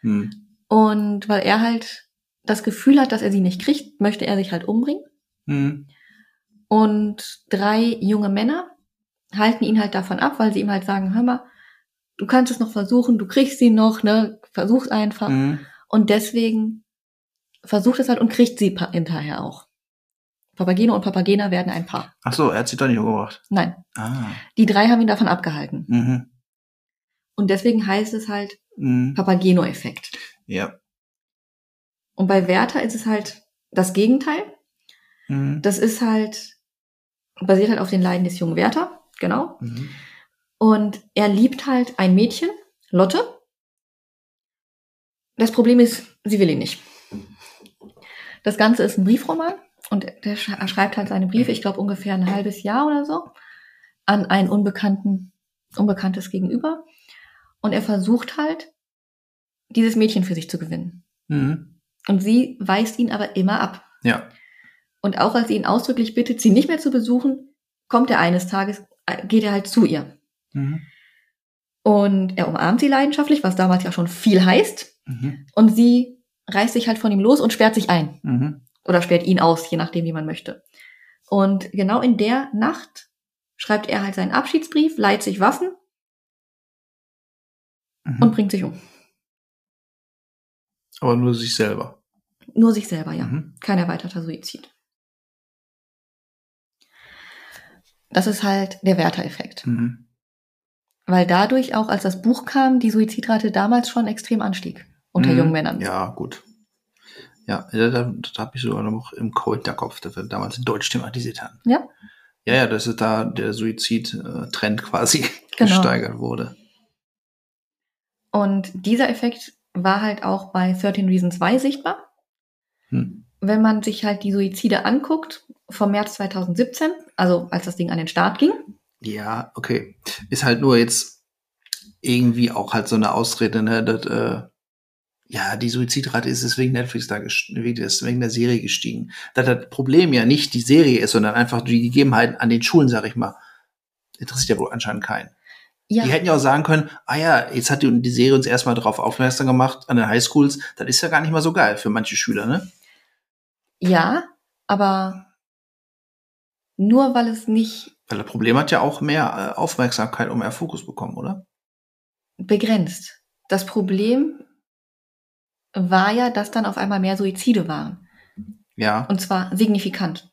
[SPEAKER 1] Hm.
[SPEAKER 2] Und weil er halt das Gefühl hat, dass er sie nicht kriegt, möchte er sich halt umbringen.
[SPEAKER 1] Hm.
[SPEAKER 2] Und drei junge Männer halten ihn halt davon ab, weil sie ihm halt sagen, hör mal, du kannst es noch versuchen, du kriegst sie noch, ne, versuch's einfach.
[SPEAKER 1] Hm.
[SPEAKER 2] Und deswegen versucht es halt und kriegt sie pa- hinterher auch. Papageno und Papagena werden ein Paar.
[SPEAKER 1] Ach so, er hat sie doch nicht umgebracht.
[SPEAKER 2] Nein,
[SPEAKER 1] Ah.
[SPEAKER 2] die drei haben ihn davon abgehalten.
[SPEAKER 1] Mhm.
[SPEAKER 2] Und deswegen heißt es halt
[SPEAKER 1] Mhm.
[SPEAKER 2] Papageno-Effekt.
[SPEAKER 1] Ja.
[SPEAKER 2] Und bei Werther ist es halt das Gegenteil.
[SPEAKER 1] Mhm.
[SPEAKER 2] Das ist halt, basiert halt auf den Leiden des jungen Werther, genau.
[SPEAKER 1] Mhm.
[SPEAKER 2] Und er liebt halt ein Mädchen, Lotte. Das Problem ist, sie will ihn nicht. Das Ganze ist ein Briefroman und der sch- er schreibt halt seine Briefe, ich glaube ungefähr ein halbes Jahr oder so, an ein unbekannten, unbekanntes Gegenüber. Und er versucht halt, dieses Mädchen für sich zu gewinnen.
[SPEAKER 1] Mhm.
[SPEAKER 2] Und sie weist ihn aber immer ab.
[SPEAKER 1] Ja.
[SPEAKER 2] Und auch als sie ihn ausdrücklich bittet, sie nicht mehr zu besuchen, kommt er eines Tages, äh, geht er halt zu ihr.
[SPEAKER 1] Mhm.
[SPEAKER 2] Und er umarmt sie leidenschaftlich, was damals ja schon viel heißt.
[SPEAKER 1] Mhm.
[SPEAKER 2] Und sie reißt sich halt von ihm los und sperrt sich ein.
[SPEAKER 1] Mhm.
[SPEAKER 2] Oder sperrt ihn aus, je nachdem, wie man möchte. Und genau in der Nacht schreibt er halt seinen Abschiedsbrief, leiht sich Waffen
[SPEAKER 1] Mhm.
[SPEAKER 2] und bringt sich um.
[SPEAKER 1] Aber nur sich selber.
[SPEAKER 2] Nur sich selber, ja.
[SPEAKER 1] Mhm.
[SPEAKER 2] Kein erweiterter Suizid. Das ist halt der Werther-Effekt.
[SPEAKER 1] Mhm.
[SPEAKER 2] Weil dadurch auch, als das Buch kam, die Suizidrate damals schon extrem anstieg unter
[SPEAKER 1] Mhm.
[SPEAKER 2] jungen Männern.
[SPEAKER 1] Ja, gut. Ja, da, da, da habe ich sogar noch im Hinterkopf, das wir damals in Deutsch thematisiert haben.
[SPEAKER 2] Ja.
[SPEAKER 1] Ja, ja, dass es da der Suizid-Trend quasi
[SPEAKER 2] Genau.
[SPEAKER 1] gesteigert wurde.
[SPEAKER 2] Und dieser Effekt war halt auch bei 13 Reasons Why sichtbar.
[SPEAKER 1] Hm.
[SPEAKER 2] Wenn man sich halt die Suizide anguckt, vom März 2017, also als das Ding an den Start ging.
[SPEAKER 1] Ja, okay. Ist halt nur jetzt irgendwie auch halt so eine Ausrede, ne, dass, äh, ja, die Suizidrate ist deswegen Netflix da gest- wegen des- wegen der Serie gestiegen. Dass das Problem ja nicht die Serie ist, sondern einfach die Gegebenheiten an den Schulen, sag ich mal. Interessiert ja wohl anscheinend keinen.
[SPEAKER 2] Ja,
[SPEAKER 1] Die hätten ja auch sagen können, ah ja, jetzt hat die, die Serie uns erstmal darauf aufmerksam gemacht, an den Highschools, das ist ja gar nicht mal so geil für manche Schüler, ne?
[SPEAKER 2] Ja, aber nur weil es nicht
[SPEAKER 1] Weil das Problem hat ja auch mehr äh, Aufmerksamkeit und mehr Fokus bekommen, oder?
[SPEAKER 2] begrenzt. Das Problem war ja, dass dann auf einmal mehr Suizide waren.
[SPEAKER 1] Ja,
[SPEAKER 2] Und zwar signifikant.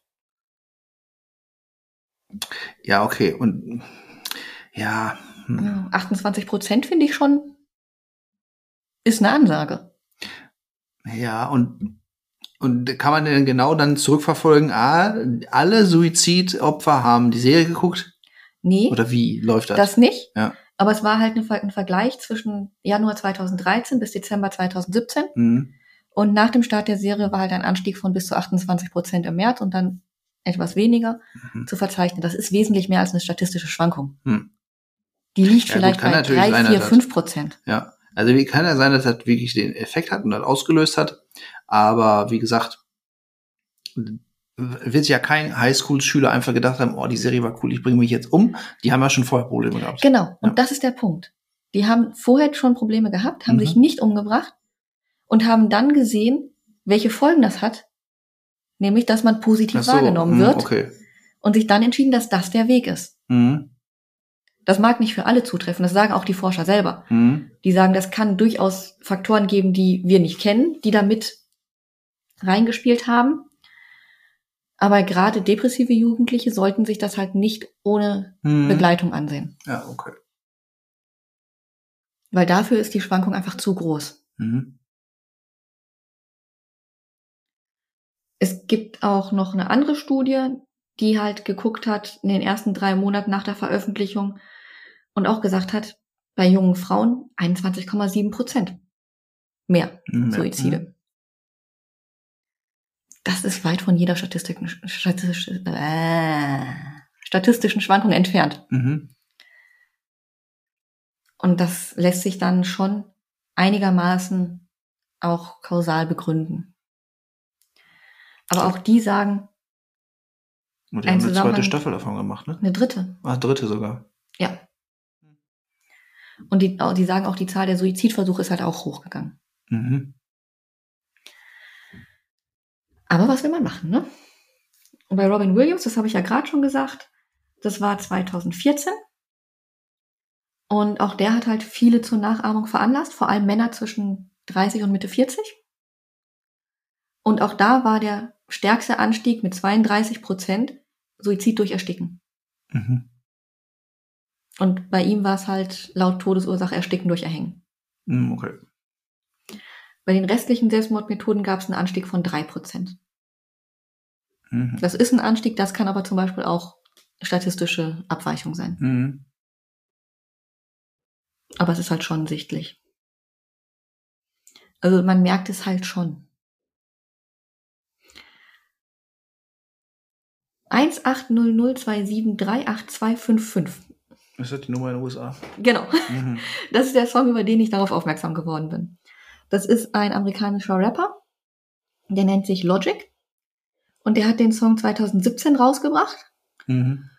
[SPEAKER 1] ja, okay. Und ja, hm.
[SPEAKER 2] Ja, 28 Prozent finde ich schon, ist eine Ansage.
[SPEAKER 1] Ja, und, und kann man denn genau dann zurückverfolgen, ah, alle Suizidopfer haben die Serie geguckt?
[SPEAKER 2] Nee,
[SPEAKER 1] Oder wie läuft das?
[SPEAKER 2] das nicht.
[SPEAKER 1] Ja.
[SPEAKER 2] Aber es war halt ein, Ver- ein Vergleich zwischen Januar 2013 bis Dezember 2017.
[SPEAKER 1] Mhm.
[SPEAKER 2] Und nach dem Start der Serie war halt ein Anstieg von bis zu 28 Prozent im März und dann etwas weniger
[SPEAKER 1] Mhm.
[SPEAKER 2] zu verzeichnen. Das ist wesentlich mehr als eine statistische Schwankung.
[SPEAKER 1] Hm.
[SPEAKER 2] Die liegt
[SPEAKER 1] Ja, gut,
[SPEAKER 2] vielleicht
[SPEAKER 1] kann
[SPEAKER 2] bei
[SPEAKER 1] natürlich sein,
[SPEAKER 2] drei, vier,
[SPEAKER 1] dass-
[SPEAKER 2] fünf Prozent.
[SPEAKER 1] ja. Also wie kann ja sein, dass das wirklich den Effekt hat und das ausgelöst hat. Aber wie gesagt, wird ja kein Highschool-Schüler einfach gedacht haben, oh, die Serie war cool, ich bringe mich jetzt um. Die haben ja schon vorher Probleme gehabt.
[SPEAKER 2] Genau. Und
[SPEAKER 1] Ja.
[SPEAKER 2] das ist der Punkt. Die haben vorher schon Probleme gehabt, haben
[SPEAKER 1] Mhm.
[SPEAKER 2] sich nicht umgebracht und haben dann gesehen, welche Folgen das hat. Nämlich, dass man positiv
[SPEAKER 1] Ach so,
[SPEAKER 2] wahrgenommen
[SPEAKER 1] hm,
[SPEAKER 2] wird
[SPEAKER 1] Okay.
[SPEAKER 2] und sich dann entschieden, dass das der Weg ist.
[SPEAKER 1] Mhm.
[SPEAKER 2] Das mag nicht für alle zutreffen. Das sagen auch die Forscher selber.
[SPEAKER 1] Mhm.
[SPEAKER 2] die sagen, das kann durchaus Faktoren geben, die wir nicht kennen, die damit reingespielt haben. Aber gerade depressive Jugendliche sollten sich das halt nicht ohne
[SPEAKER 1] Mhm.
[SPEAKER 2] Begleitung ansehen,
[SPEAKER 1] Ja, okay.
[SPEAKER 2] weil dafür ist die Schwankung einfach zu groß.
[SPEAKER 1] Mhm.
[SPEAKER 2] Es gibt auch noch eine andere Studie, die halt geguckt hat in den ersten drei Monaten nach der Veröffentlichung und auch gesagt hat, bei jungen Frauen 21,7 Prozent mehr
[SPEAKER 1] Mhm.
[SPEAKER 2] Suizide. Das ist weit von jeder Statistiken, statistisch, äh, statistischen Schwankung entfernt.
[SPEAKER 1] Mhm.
[SPEAKER 2] Und das lässt sich dann schon einigermaßen auch kausal begründen. Aber auch die sagen,
[SPEAKER 1] Und die
[SPEAKER 2] Ein
[SPEAKER 1] haben eine zweite
[SPEAKER 2] Zusammenhang-
[SPEAKER 1] Staffel davon gemacht, ne?
[SPEAKER 2] eine dritte.
[SPEAKER 1] Ah, dritte sogar.
[SPEAKER 2] Ja. Und die, die sagen auch, die Zahl der Suizidversuche ist halt auch hochgegangen.
[SPEAKER 1] Mhm.
[SPEAKER 2] Aber was will man machen, ne? Und bei Robin Williams, das habe ich ja gerade schon gesagt, das war 2014. Und auch der hat halt viele zur Nachahmung veranlasst, vor allem Männer zwischen 30 und Mitte 40. Und auch da war der stärkste Anstieg mit 32 Prozent Suizid durch Ersticken.
[SPEAKER 1] Mhm.
[SPEAKER 2] Und bei ihm war es halt laut Todesursache Ersticken durch Erhängen.
[SPEAKER 1] Mhm, Okay.
[SPEAKER 2] Bei den restlichen Selbstmordmethoden gab es einen Anstieg von 3 Prozent.
[SPEAKER 1] Mhm.
[SPEAKER 2] Das ist ein Anstieg, das kann aber zum Beispiel auch statistische Abweichung sein.
[SPEAKER 1] Mhm.
[SPEAKER 2] Aber es ist halt schon sichtlich. Also man merkt es halt schon. 18002738255.
[SPEAKER 1] Ist das die Nummer in den USA?
[SPEAKER 2] Genau.
[SPEAKER 1] Mhm.
[SPEAKER 2] Das ist der Song, über den ich darauf aufmerksam geworden bin. Das ist ein amerikanischer Rapper. Der nennt sich Logic. Und der hat den Song 2017 rausgebracht.
[SPEAKER 1] Mhm.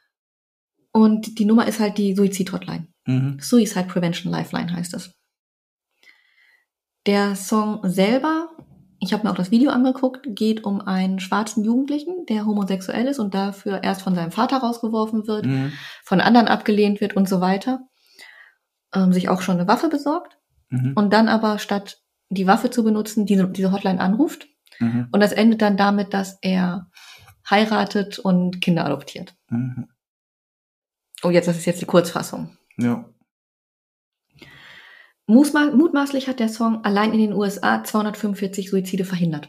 [SPEAKER 2] Und die Nummer ist halt die Suizid-Hotline.
[SPEAKER 1] Mhm.
[SPEAKER 2] Suicide Prevention Lifeline heißt es. Der Song selber, ich habe mir auch das Video angeguckt, geht um einen schwarzen Jugendlichen, der homosexuell ist und dafür erst von seinem Vater rausgeworfen wird,
[SPEAKER 1] Mhm.
[SPEAKER 2] von anderen abgelehnt wird und so weiter, ähm, sich auch schon eine Waffe besorgt
[SPEAKER 1] Mhm.
[SPEAKER 2] und dann aber statt die Waffe zu benutzen, diese, diese Hotline anruft.
[SPEAKER 1] Mhm.
[SPEAKER 2] Und das endet dann damit, dass er heiratet und Kinder adoptiert.
[SPEAKER 1] Mhm.
[SPEAKER 2] Oh, jetzt, das ist jetzt die Kurzfassung.
[SPEAKER 1] Ja.
[SPEAKER 2] Mutma mutmaßlich hat der Song allein in den USA 245 Suizide verhindert,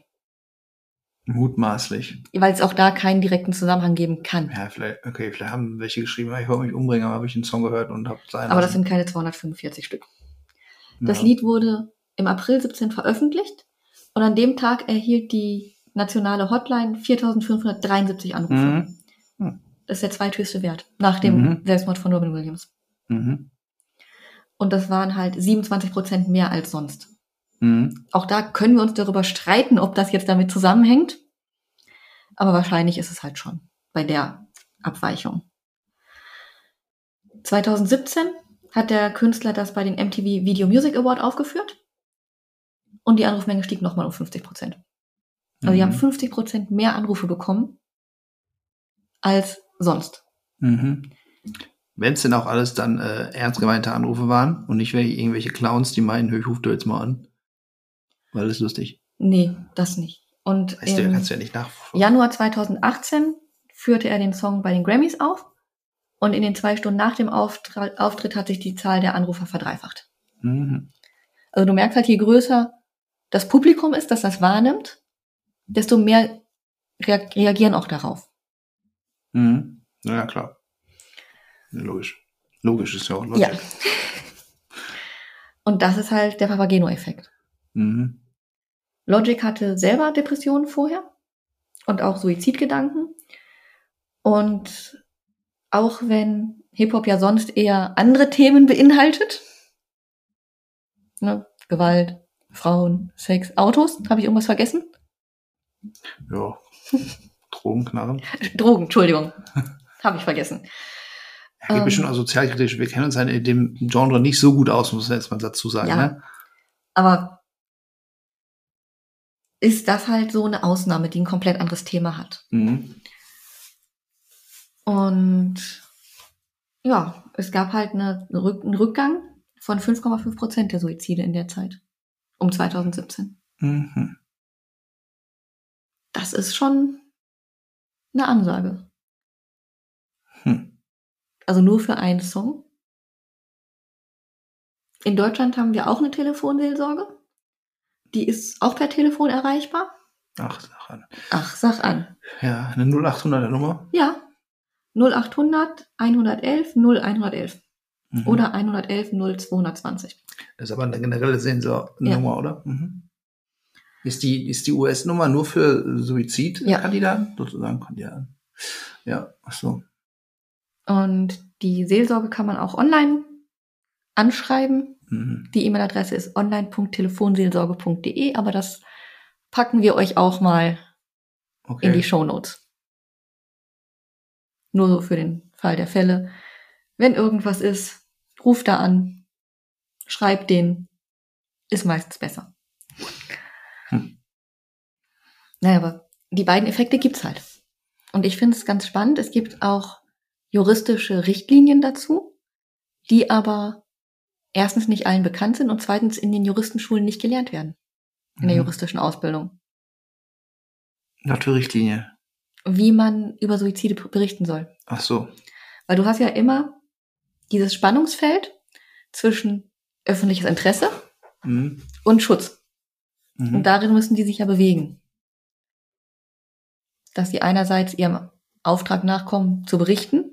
[SPEAKER 1] Mutmaßlich.
[SPEAKER 2] weil es auch da keinen direkten Zusammenhang geben kann.
[SPEAKER 1] Ja, vielleicht, okay, vielleicht haben welche geschrieben, ja, ich wollte mich umbringen, aber habe ich den Song gehört und habe sein.
[SPEAKER 2] Aber das sind keine 245 Stück.
[SPEAKER 1] also ja.
[SPEAKER 2] Das Lied wurde im April 17 veröffentlicht und an dem Tag erhielt die nationale Hotline 4573 Anrufe.
[SPEAKER 1] Mhm.
[SPEAKER 2] Das ist der zweithöchste Wert nach dem
[SPEAKER 1] Mhm.
[SPEAKER 2] Selbstmord von Robin Williams.
[SPEAKER 1] Mhm.
[SPEAKER 2] Und das waren halt 27 Prozent mehr als sonst.
[SPEAKER 1] Mhm.
[SPEAKER 2] Auch da können wir uns darüber streiten, ob das jetzt damit zusammenhängt. Aber wahrscheinlich ist es halt schon bei der Abweichung. 2017 hat der Künstler das bei den MTV Video Music Award aufgeführt. Und die Anrufmenge stieg nochmal um 50 Prozent. Also die
[SPEAKER 1] Mhm.
[SPEAKER 2] haben 50 Prozent mehr Anrufe bekommen als sonst.
[SPEAKER 1] Mhm. Wenn es denn auch alles dann äh, ernst gemeinte Anrufe waren und nicht welche, irgendwelche Clowns, die meinen, "Hö, ich ruf du jetzt mal an. Weil das ist lustig.
[SPEAKER 2] Nee, das nicht. Und
[SPEAKER 1] Weißt du,
[SPEAKER 2] im
[SPEAKER 1] kannst du ja nicht nachverfolgen.
[SPEAKER 2] Januar 2018 führte er den Song bei den Grammys auf und in den zwei Stunden nach dem Auftra- Auftritt hat sich die Zahl der Anrufer verdreifacht.
[SPEAKER 1] Mhm.
[SPEAKER 2] Also du merkst halt, je größer das Publikum ist, das das wahrnimmt, desto mehr rea- reagieren auch darauf.
[SPEAKER 1] Mhm. Na ja, klar. Ja, Logisch. Logisch ist ja auch logisch.
[SPEAKER 2] Ja. Und das ist halt der Papageno-Effekt.
[SPEAKER 1] Mhm.
[SPEAKER 2] Logic hatte selber Depressionen vorher und auch Suizidgedanken. Und auch wenn Hip-Hop ja sonst eher andere Themen beinhaltet, ne, Gewalt, Frauen, Sex, Autos, habe ich irgendwas vergessen?
[SPEAKER 1] Ja. Drogenknarren.
[SPEAKER 2] Drogen, Entschuldigung, habe ich vergessen.
[SPEAKER 1] Ja, wir
[SPEAKER 2] Ähm.
[SPEAKER 1] bestimmt auch sozialkritisch. Wir kennen uns halt in dem Genre nicht so gut aus, muss man jetzt mal dazu sagen.
[SPEAKER 2] Ja.
[SPEAKER 1] Ne?
[SPEAKER 2] Aber ist das halt so eine Ausnahme, die ein komplett anderes Thema hat?
[SPEAKER 1] Mhm.
[SPEAKER 2] Und ja, es gab halt eine, eine Rück, einen Rückgang von 5,5 Prozent der Suizide in der Zeit. Um 2017.
[SPEAKER 1] Mhm.
[SPEAKER 2] Das ist schon eine Ansage.
[SPEAKER 1] Hm.
[SPEAKER 2] Also nur für einen Song. In Deutschland haben wir auch eine Telefonseelsorge. Die ist auch per Telefon erreichbar.
[SPEAKER 1] Ach, sag an.
[SPEAKER 2] Ach, sag an.
[SPEAKER 1] Ja, eine 0800er Nummer.
[SPEAKER 2] Ja. 0800 111 0111
[SPEAKER 1] Mhm.
[SPEAKER 2] oder 111 0220.
[SPEAKER 1] Das ist aber eine generelle
[SPEAKER 2] Ja.
[SPEAKER 1] Sensor-Nummer, oder? Mhm. Ist die, ist die US-Nummer nur für Suizidkandidaten? Sozusagen Kandidaten. Ja, ach so.
[SPEAKER 2] Und die Seelsorge kann man auch online anschreiben.
[SPEAKER 1] Mhm.
[SPEAKER 2] Die E-Mail-Adresse ist online.telefonseelsorge.de, aber das packen wir euch auch mal in die
[SPEAKER 1] Okay.
[SPEAKER 2] Shownotes. Nur so für den Fall der Fälle. Wenn irgendwas ist, ruft da an, schreibt den, ist meistens besser.
[SPEAKER 1] Hm.
[SPEAKER 2] Naja, aber die beiden Effekte gibt's halt. Und ich finde es ganz spannend. Es gibt auch juristische Richtlinien dazu, die aber erstens nicht allen bekannt sind und zweitens in den Juristenschulen nicht gelernt werden, in der
[SPEAKER 1] Mhm.
[SPEAKER 2] juristischen Ausbildung
[SPEAKER 1] Naturrichtlinie.
[SPEAKER 2] wie man über Suizide p- berichten soll.
[SPEAKER 1] Ach so.
[SPEAKER 2] Weil du hast ja immer dieses Spannungsfeld zwischen öffentliches Interesse
[SPEAKER 1] Mhm.
[SPEAKER 2] und Schutz.
[SPEAKER 1] Mhm.
[SPEAKER 2] Und darin müssen die sich ja bewegen. Dass sie einerseits ihrem Auftrag nachkommen, zu berichten,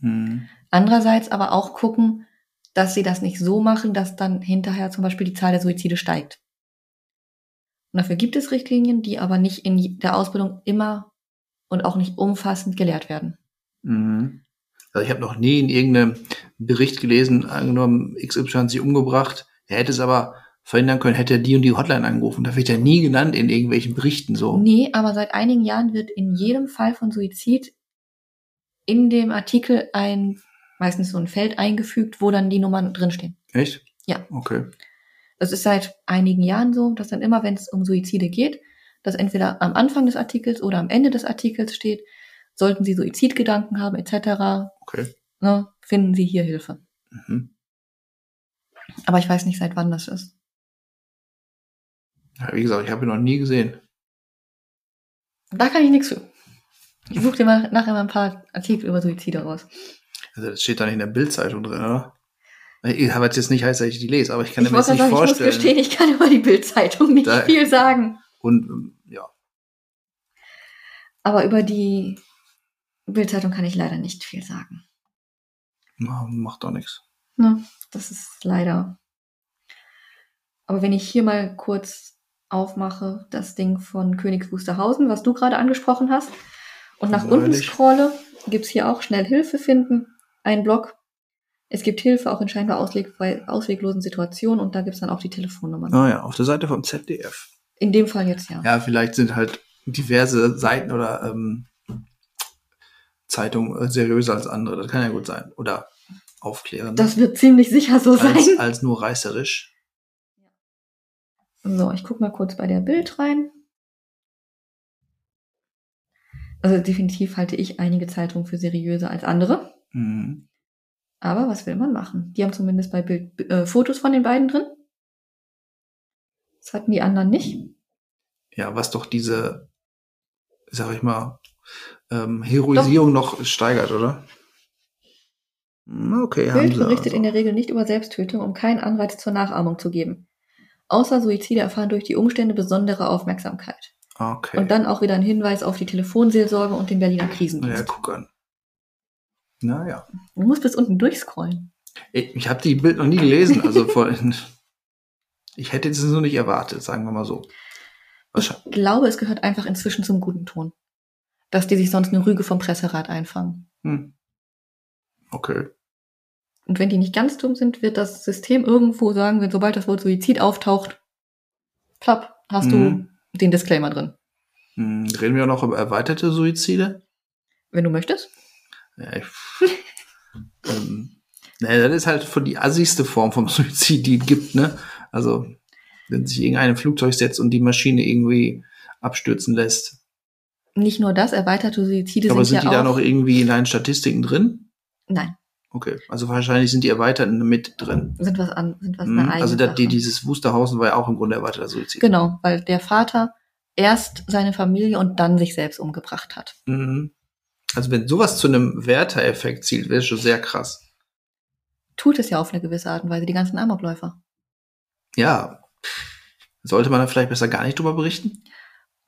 [SPEAKER 1] mhm.
[SPEAKER 2] andererseits aber auch gucken, dass sie das nicht so machen, dass dann hinterher zum Beispiel die Zahl der Suizide steigt. Und dafür gibt es Richtlinien, die aber nicht in der Ausbildung immer und auch nicht umfassend gelehrt werden.
[SPEAKER 1] Mhm. Also ich habe noch nie in irgendeinem Bericht gelesen, angenommen, XY hat sich umgebracht. Er hätte es aber verhindern können, hätte er die und die Hotline angerufen. Da wird ja nie genannt in irgendwelchen Berichten so.
[SPEAKER 2] Nee, aber seit einigen Jahren wird in jedem Fall von Suizid in dem Artikel ein, meistens so ein Feld eingefügt, wo dann die Nummern drinstehen.
[SPEAKER 1] Echt?
[SPEAKER 2] Ja.
[SPEAKER 1] Okay.
[SPEAKER 2] Das ist seit einigen Jahren so, dass dann immer, wenn es um Suizide geht, dass entweder am Anfang des Artikels oder am Ende des Artikels steht, sollten Sie Suizidgedanken haben, etc.,
[SPEAKER 1] Okay.
[SPEAKER 2] ne, finden Sie hier Hilfe.
[SPEAKER 1] Mhm.
[SPEAKER 2] Aber ich weiß nicht, seit wann das ist.
[SPEAKER 1] Ja, wie gesagt, ich habe ihn noch nie gesehen.
[SPEAKER 2] Da kann ich nichts für. Ich suche dir mal nachher mal ein paar Artikel über Suizide raus.
[SPEAKER 1] Also das steht da nicht in der Bildzeitung drin, oder? Ich habe jetzt nicht heißt, dass ich die lese, aber ich kann
[SPEAKER 2] ich
[SPEAKER 1] mir
[SPEAKER 2] muss
[SPEAKER 1] das nicht
[SPEAKER 2] sagen, ich muss
[SPEAKER 1] vorstellen.
[SPEAKER 2] gestehen, ich kann über die Bildzeitung nicht
[SPEAKER 1] Da-
[SPEAKER 2] viel sagen.
[SPEAKER 1] Und ähm, ja,
[SPEAKER 2] Aber über die Bildzeitung kann ich leider nicht viel sagen.
[SPEAKER 1] ma- macht doch nichts.
[SPEAKER 2] Ne? Das ist leider. Aber wenn ich hier mal kurz aufmache, das Ding von Königs Wusterhausen, was du gerade angesprochen hast, und nach unten
[SPEAKER 1] Neulich.
[SPEAKER 2] scrolle, gibt's hier auch schnell Hilfe finden, einen Blog. Es gibt Hilfe auch in scheinbar ausleg bei ausweglosen Situationen und da gibt's dann auch die Telefonnummern.
[SPEAKER 1] Naja, auf der Seite vom ZDF.
[SPEAKER 2] In dem Fall jetzt ja.
[SPEAKER 1] Ja, vielleicht sind halt diverse Seiten oder ähm, Zeitungen äh, seriöser als andere. Das kann ja gut sein. Oder aufklärend.
[SPEAKER 2] Das wird ziemlich sicher so sein.
[SPEAKER 1] als, als nur reißerisch.
[SPEAKER 2] So, ich guck mal kurz bei der Bild rein. Also definitiv halte ich einige Zeitungen für seriöser als andere.
[SPEAKER 1] Mhm.
[SPEAKER 2] Aber was will man machen? Die haben zumindest bei Bild äh, Fotos von den beiden drin. Das hatten die anderen nicht.
[SPEAKER 1] Ja, was doch diese, sag ich mal, ähm, Heroisierung noch steigert, oder? Hm, Okay, haben
[SPEAKER 2] Bild
[SPEAKER 1] sie.
[SPEAKER 2] berichtet
[SPEAKER 1] also.
[SPEAKER 2] in der Regel nicht über Selbsttötung, um keinen Anreiz zur Nachahmung zu geben. Außer Suizide erfahren durch die Umstände besondere Aufmerksamkeit.
[SPEAKER 1] Okay.
[SPEAKER 2] Und dann auch wieder ein Hinweis auf die Telefonseelsorge und den Berliner
[SPEAKER 1] ja,
[SPEAKER 2] Krisendienst.
[SPEAKER 1] guck an. Naja.
[SPEAKER 2] Du musst bis unten durchscrollen.
[SPEAKER 1] Ich, ich habe die Bild noch nie gelesen. Also vorhin. Ich hätte es so nicht erwartet, sagen wir mal so. Wahrscheinlich.
[SPEAKER 2] Ich glaube, es gehört einfach inzwischen zum guten Ton. Dass die sich sonst eine Rüge vom Presserat einfangen.
[SPEAKER 1] Hm. Okay.
[SPEAKER 2] Und wenn die nicht ganz dumm sind, wird das System irgendwo sagen, wenn sobald das Wort Suizid auftaucht, plapp, hast
[SPEAKER 1] Mhm.
[SPEAKER 2] du den Disclaimer drin.
[SPEAKER 1] Hm, reden wir noch über erweiterte Suizide?
[SPEAKER 2] Wenn du möchtest.
[SPEAKER 1] Ja, ich, ähm, naja, das ist halt von die assigste Form vom Suizid, die es gibt, ne? Also, wenn sich irgendein in ein Flugzeug setzt und die Maschine irgendwie abstürzen lässt.
[SPEAKER 2] Nicht nur das, erweiterte Suizide
[SPEAKER 1] Aber
[SPEAKER 2] sind
[SPEAKER 1] sind
[SPEAKER 2] ja
[SPEAKER 1] die da
[SPEAKER 2] auch.
[SPEAKER 1] noch irgendwie in deinen Statistiken drin?
[SPEAKER 2] nein,
[SPEAKER 1] Okay, also wahrscheinlich sind die Erweiterten mit drin.
[SPEAKER 2] sind was an, sind was
[SPEAKER 1] Hm,
[SPEAKER 2] eine eigene
[SPEAKER 1] Also da, die,
[SPEAKER 2] Sache.
[SPEAKER 1] dieses Wusterhausen war ja auch im Grunde erweiterter Suizid.
[SPEAKER 2] Genau, weil der Vater erst seine Familie und dann sich selbst umgebracht hat.
[SPEAKER 1] Mhm. Also wenn sowas zu einem Werter-Effekt zielt, wäre schon sehr krass.
[SPEAKER 2] Tut es ja auf eine gewisse Art und Weise, die ganzen Amokläufer.
[SPEAKER 1] Ja, sollte man da vielleicht besser gar nicht drüber berichten?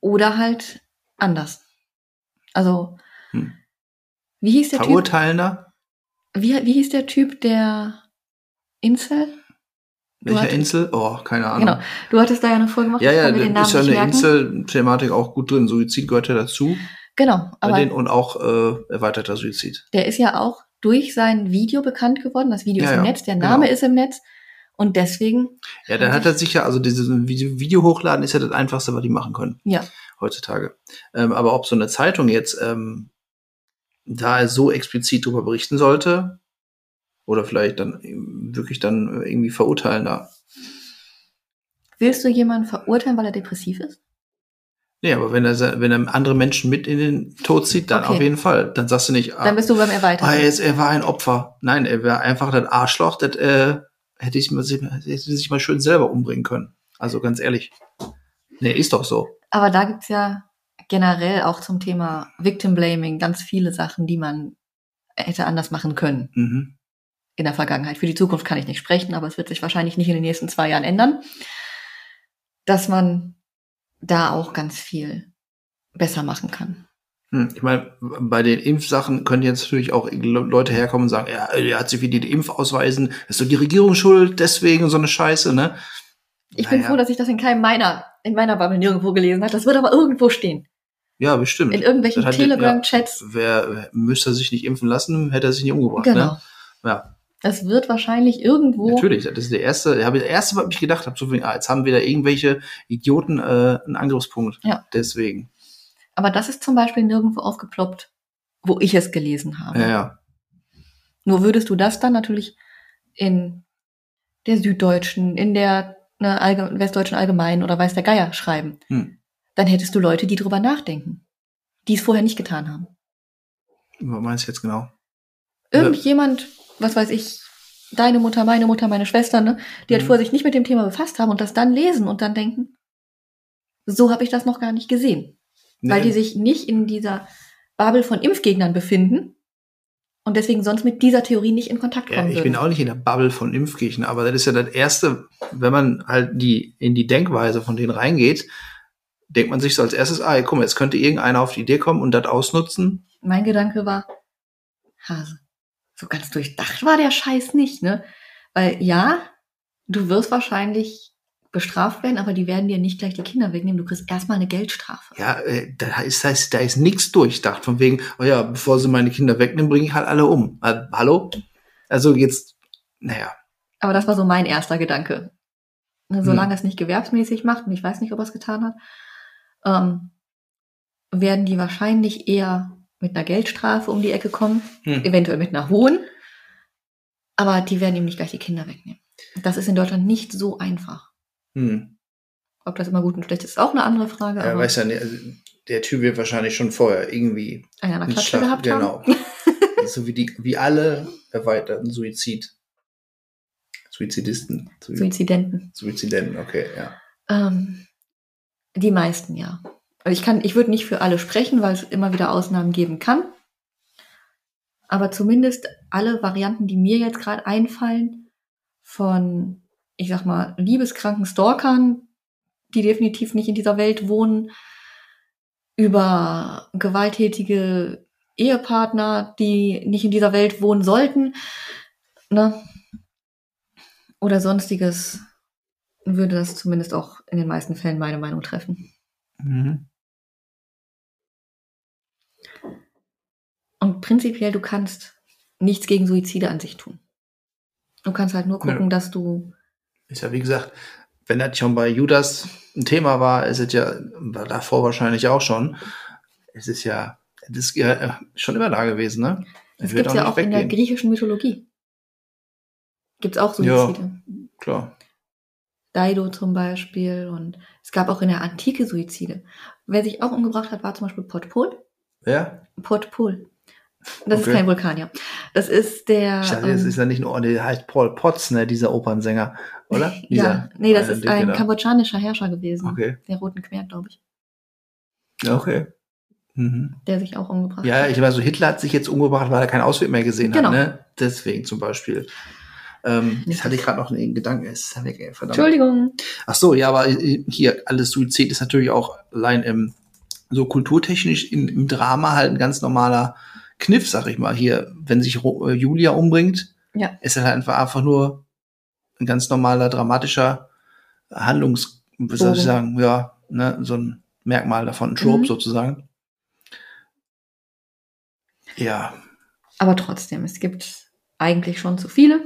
[SPEAKER 2] Oder halt anders. Also,
[SPEAKER 1] Hm.
[SPEAKER 2] wie hieß der Typ?
[SPEAKER 1] Verurteilender?
[SPEAKER 2] Wie, wie hieß der Typ, der Insel? Du
[SPEAKER 1] Welcher
[SPEAKER 2] hattest-
[SPEAKER 1] Insel? Oh, keine Ahnung.
[SPEAKER 2] Genau. Du hattest da ja eine Folge gemacht,
[SPEAKER 1] Ja,
[SPEAKER 2] ich
[SPEAKER 1] ja,
[SPEAKER 2] kann mir den
[SPEAKER 1] da
[SPEAKER 2] Namen
[SPEAKER 1] ist ja
[SPEAKER 2] nicht
[SPEAKER 1] eine
[SPEAKER 2] merken.
[SPEAKER 1] Insel-Thematik auch gut drin. Suizid gehört ja dazu.
[SPEAKER 2] Genau,
[SPEAKER 1] Bei denen
[SPEAKER 2] aber
[SPEAKER 1] und auch äh, erweiterter Suizid.
[SPEAKER 2] der ist ja auch durch sein Video bekannt geworden. Das Video
[SPEAKER 1] Ja,
[SPEAKER 2] ist im
[SPEAKER 1] ja,
[SPEAKER 2] Netz, der Name
[SPEAKER 1] genau.
[SPEAKER 2] ist im Netz. Und deswegen,
[SPEAKER 1] Ja, dann hat er sicher, also dieses Video, Video hochladen ist ja das Einfachste, was die machen können
[SPEAKER 2] ja,
[SPEAKER 1] heutzutage. Ähm, aber ob so eine Zeitung jetzt ähm, da so explizit drüber berichten sollte oder vielleicht dann ähm, wirklich dann äh, irgendwie verurteilender.
[SPEAKER 2] willst du jemanden verurteilen, weil er depressiv ist?
[SPEAKER 1] Nee, aber wenn er, se- wenn er andere Menschen mit in den Tod zieht, dann
[SPEAKER 2] Okay.
[SPEAKER 1] auf jeden Fall. Dann sagst du nicht, ah,
[SPEAKER 2] Dann bist du beim Erweitern.
[SPEAKER 1] Ah, jetzt, er war ein Opfer. Nein, er war einfach ein Arschloch, das äh, hätte, ich mal, hätte sich mal schön selber umbringen können. Also ganz ehrlich. Nee, ist doch so.
[SPEAKER 2] Aber da gibt's ja generell auch zum Thema Victim Blaming ganz viele Sachen, die man hätte anders machen können
[SPEAKER 1] Mhm.
[SPEAKER 2] in der Vergangenheit. Für die Zukunft kann ich nicht sprechen, aber es wird sich wahrscheinlich nicht in den nächsten zwei Jahren ändern, dass man da auch ganz viel besser machen kann.
[SPEAKER 1] Hm, Ich meine, bei den Impfsachen können jetzt natürlich auch Le- Leute herkommen und sagen, ja, er hat sich wieder die Impf ausweisen, ist doch die Regierung schuld, deswegen und so eine Scheiße, ne?
[SPEAKER 2] Ich bin
[SPEAKER 1] Naja.
[SPEAKER 2] froh, dass ich das in keinem meiner, in meiner Bubble nirgendwo gelesen habe. Das wird aber irgendwo stehen.
[SPEAKER 1] Ja,
[SPEAKER 2] In
[SPEAKER 1] bestimmt.
[SPEAKER 2] irgendwelchen
[SPEAKER 1] Hm. Das hat-
[SPEAKER 2] Telegram-Chats.
[SPEAKER 1] Wer müsste er sich nicht impfen lassen, hätte er sich nicht umgebracht,
[SPEAKER 2] genau.
[SPEAKER 1] ne? Ja.
[SPEAKER 2] Es wird wahrscheinlich irgendwo.
[SPEAKER 1] Natürlich, das ist der erste, hab ich, der erste, was ich gedacht habe, so von wegen, ah, jetzt haben wieder irgendwelche Idioten äh, einen Angriffspunkt.
[SPEAKER 2] Ja.
[SPEAKER 1] Deswegen.
[SPEAKER 2] Aber das ist zum Beispiel nirgendwo aufgeploppt, wo ich es gelesen habe.
[SPEAKER 1] Ja, ja.
[SPEAKER 2] Nur würdest du das dann natürlich in der Süddeutschen, in der ne, Allge Westdeutschen Allgemeinen oder weiß der Geier schreiben.
[SPEAKER 1] Hm.
[SPEAKER 2] Dann hättest du Leute, die drüber nachdenken, die es vorher nicht getan haben.
[SPEAKER 1] Was meinst du jetzt genau? Ja.
[SPEAKER 2] Irgendjemand, was weiß ich, deine Mutter, meine Mutter, meine Schwester, ne, die halt
[SPEAKER 1] Mhm.
[SPEAKER 2] vorher sich nicht mit dem Thema befasst haben und das dann lesen und dann denken, so habe ich das noch gar nicht gesehen. weil die sich nicht in dieser Babel von Impfgegnern befinden und deswegen sonst mit dieser Theorie nicht in Kontakt
[SPEAKER 1] ja,
[SPEAKER 2] kommen
[SPEAKER 1] ich
[SPEAKER 2] würden.
[SPEAKER 1] bin auch nicht in der Bubble von Impfgegner, aber das ist ja das Erste, wenn man halt die in die Denkweise von denen reingeht, denkt man sich so als erstes, ah, guck mal, jetzt könnte irgendeiner auf die Idee kommen und das ausnutzen.
[SPEAKER 2] mein Gedanke war, Hase, so ganz durchdacht war der Scheiß nicht, ne? Weil ja, du wirst wahrscheinlich bestraft werden, aber die werden dir nicht gleich die Kinder wegnehmen. Du kriegst erstmal eine Geldstrafe.
[SPEAKER 1] Ja, äh, da ist, da ist, da ist nichts durchdacht, von wegen, oh ja, bevor sie meine Kinder wegnehmen, bringe ich halt alle um. Ah, hallo? Also jetzt, naja.
[SPEAKER 2] Aber das war so mein erster Gedanke. Ne, Solange
[SPEAKER 1] Hm.
[SPEAKER 2] es nicht gewerbsmäßig macht, und ich weiß nicht, ob er es getan hat, ähm, werden die wahrscheinlich eher mit einer Geldstrafe um die Ecke kommen,
[SPEAKER 1] Hm.
[SPEAKER 2] eventuell mit einer hohen. Aber die werden ihm nicht gleich die Kinder wegnehmen. Das ist in Deutschland nicht so einfach.
[SPEAKER 1] Hm.
[SPEAKER 2] Ob das immer gut und schlecht ist, ist auch eine andere Frage.
[SPEAKER 1] Ja,
[SPEAKER 2] aber
[SPEAKER 1] weiß ja nicht. Also, der Typ wird wahrscheinlich schon vorher irgendwie
[SPEAKER 2] Einen an der Klatsche gehabt
[SPEAKER 1] genau.
[SPEAKER 2] haben.
[SPEAKER 1] so wie die, wie alle erweiterten Suizid. Suizidisten. Sui-
[SPEAKER 2] Suizidenten.
[SPEAKER 1] Suizidenten, okay, ja.
[SPEAKER 2] Ähm, die meisten, ja. Also ich kann, ich würde nicht für alle sprechen, weil es immer wieder Ausnahmen geben kann. Aber zumindest alle Varianten, die mir jetzt gerade einfallen, von, ich sag mal, liebeskranken Stalkern, die definitiv nicht in dieser Welt wohnen, über gewalttätige Ehepartner, die nicht in dieser Welt wohnen sollten, ne? Oder sonstiges würde das zumindest auch in den meisten Fällen meine Meinung treffen.
[SPEAKER 1] Mhm.
[SPEAKER 2] Und prinzipiell, du kannst nichts gegen Suizide an sich tun. Du kannst halt nur gucken,
[SPEAKER 1] Nö.
[SPEAKER 2] dass du.
[SPEAKER 1] Ist ja wie gesagt, wenn das schon bei Judas ein Thema war, ist es ja davor wahrscheinlich auch schon. Es ist ja, es ist ja äh, schon immer da gewesen, ne?
[SPEAKER 2] Das
[SPEAKER 1] wird
[SPEAKER 2] gibt es ja
[SPEAKER 1] nicht
[SPEAKER 2] auch in der griechischen Mythologie. Gibt es auch
[SPEAKER 1] Ja.
[SPEAKER 2] Suizide.
[SPEAKER 1] Klar.
[SPEAKER 2] Daido zum Beispiel. Und es gab auch in der Antike Suizide. Wer sich auch umgebracht hat, war zum Beispiel Potpol.
[SPEAKER 1] Ja?
[SPEAKER 2] Potpol. Das
[SPEAKER 1] Okay.
[SPEAKER 2] ist kein Vulkan, ja. Das ist der.
[SPEAKER 1] Ich dachte, es
[SPEAKER 2] ähm,
[SPEAKER 1] ist ja nicht nur, der heißt Paul Potts, ne, dieser Opernsänger, oder?
[SPEAKER 2] ja,
[SPEAKER 1] Dieser
[SPEAKER 2] nee, das
[SPEAKER 1] eine
[SPEAKER 2] ist
[SPEAKER 1] Dicke
[SPEAKER 2] ein
[SPEAKER 1] da.
[SPEAKER 2] kambodschanischer Herrscher gewesen.
[SPEAKER 1] Okay,
[SPEAKER 2] Der Roten Khmer, glaube ich,
[SPEAKER 1] okay. Mhm.
[SPEAKER 2] der sich auch umgebracht hat.
[SPEAKER 1] Ja, ich meine, so Hitler hat sich jetzt umgebracht, weil er keinen Ausweg mehr gesehen
[SPEAKER 2] Genau.
[SPEAKER 1] hat. Ne? Deswegen zum Beispiel. Ähm, jetzt hatte ich gerade noch einen Gedanken. Es hat mir- verdammt.
[SPEAKER 2] Entschuldigung.
[SPEAKER 1] Ach so, ja, aber äh, hier alles Suizid ist natürlich auch allein im so kulturtechnisch im, im Drama halt ein ganz normaler Kniff, sag ich mal. Hier, wenn sich Ro äh, Julia umbringt,
[SPEAKER 2] Ja.
[SPEAKER 1] ist das halt einfach, einfach nur ein ganz normaler dramatischer Handlungs, wie soll ich
[SPEAKER 2] Bogen.
[SPEAKER 1] sagen, ja, ne, so ein Merkmal davon, ein Trope
[SPEAKER 2] Mhm.
[SPEAKER 1] sozusagen. Ja,
[SPEAKER 2] Aber trotzdem, es gibt eigentlich schon zu viele.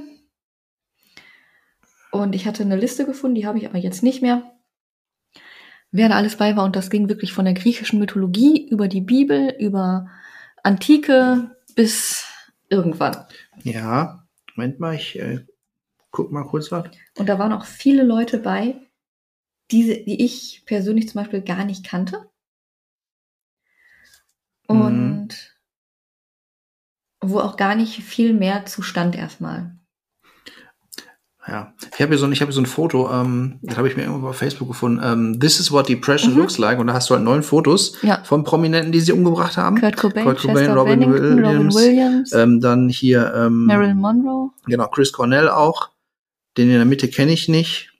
[SPEAKER 2] Und ich hatte eine Liste gefunden, die habe ich aber jetzt nicht mehr. Wer da alles bei war, und das ging wirklich von der griechischen Mythologie über die Bibel, über Antike bis irgendwann.
[SPEAKER 1] ja. Moment mal, ich äh, guck mal kurz was.
[SPEAKER 2] Und da waren auch viele Leute bei, diese, die ich persönlich zum Beispiel gar nicht kannte. Und wo auch gar nicht viel mehr zustand erstmal.
[SPEAKER 1] Ja, ich habe hier so ein, ich habe hier so ein Foto, ähm, das habe ich mir irgendwo auf Facebook gefunden. Ähm, This is what depression
[SPEAKER 2] Mhm.
[SPEAKER 1] looks like. Und da hast du halt neun Fotos
[SPEAKER 2] Ja.
[SPEAKER 1] von Prominenten, die sie umgebracht haben.
[SPEAKER 2] Kurt Cobain,
[SPEAKER 1] Kurt Cobain,
[SPEAKER 2] Chester
[SPEAKER 1] Robin
[SPEAKER 2] Bennington,
[SPEAKER 1] Williams,
[SPEAKER 2] Robin Williams,
[SPEAKER 1] Ähm, dann hier, ähm,
[SPEAKER 2] Marilyn Monroe.
[SPEAKER 1] genau, Chris Cornell auch. Den in der Mitte kenne ich nicht.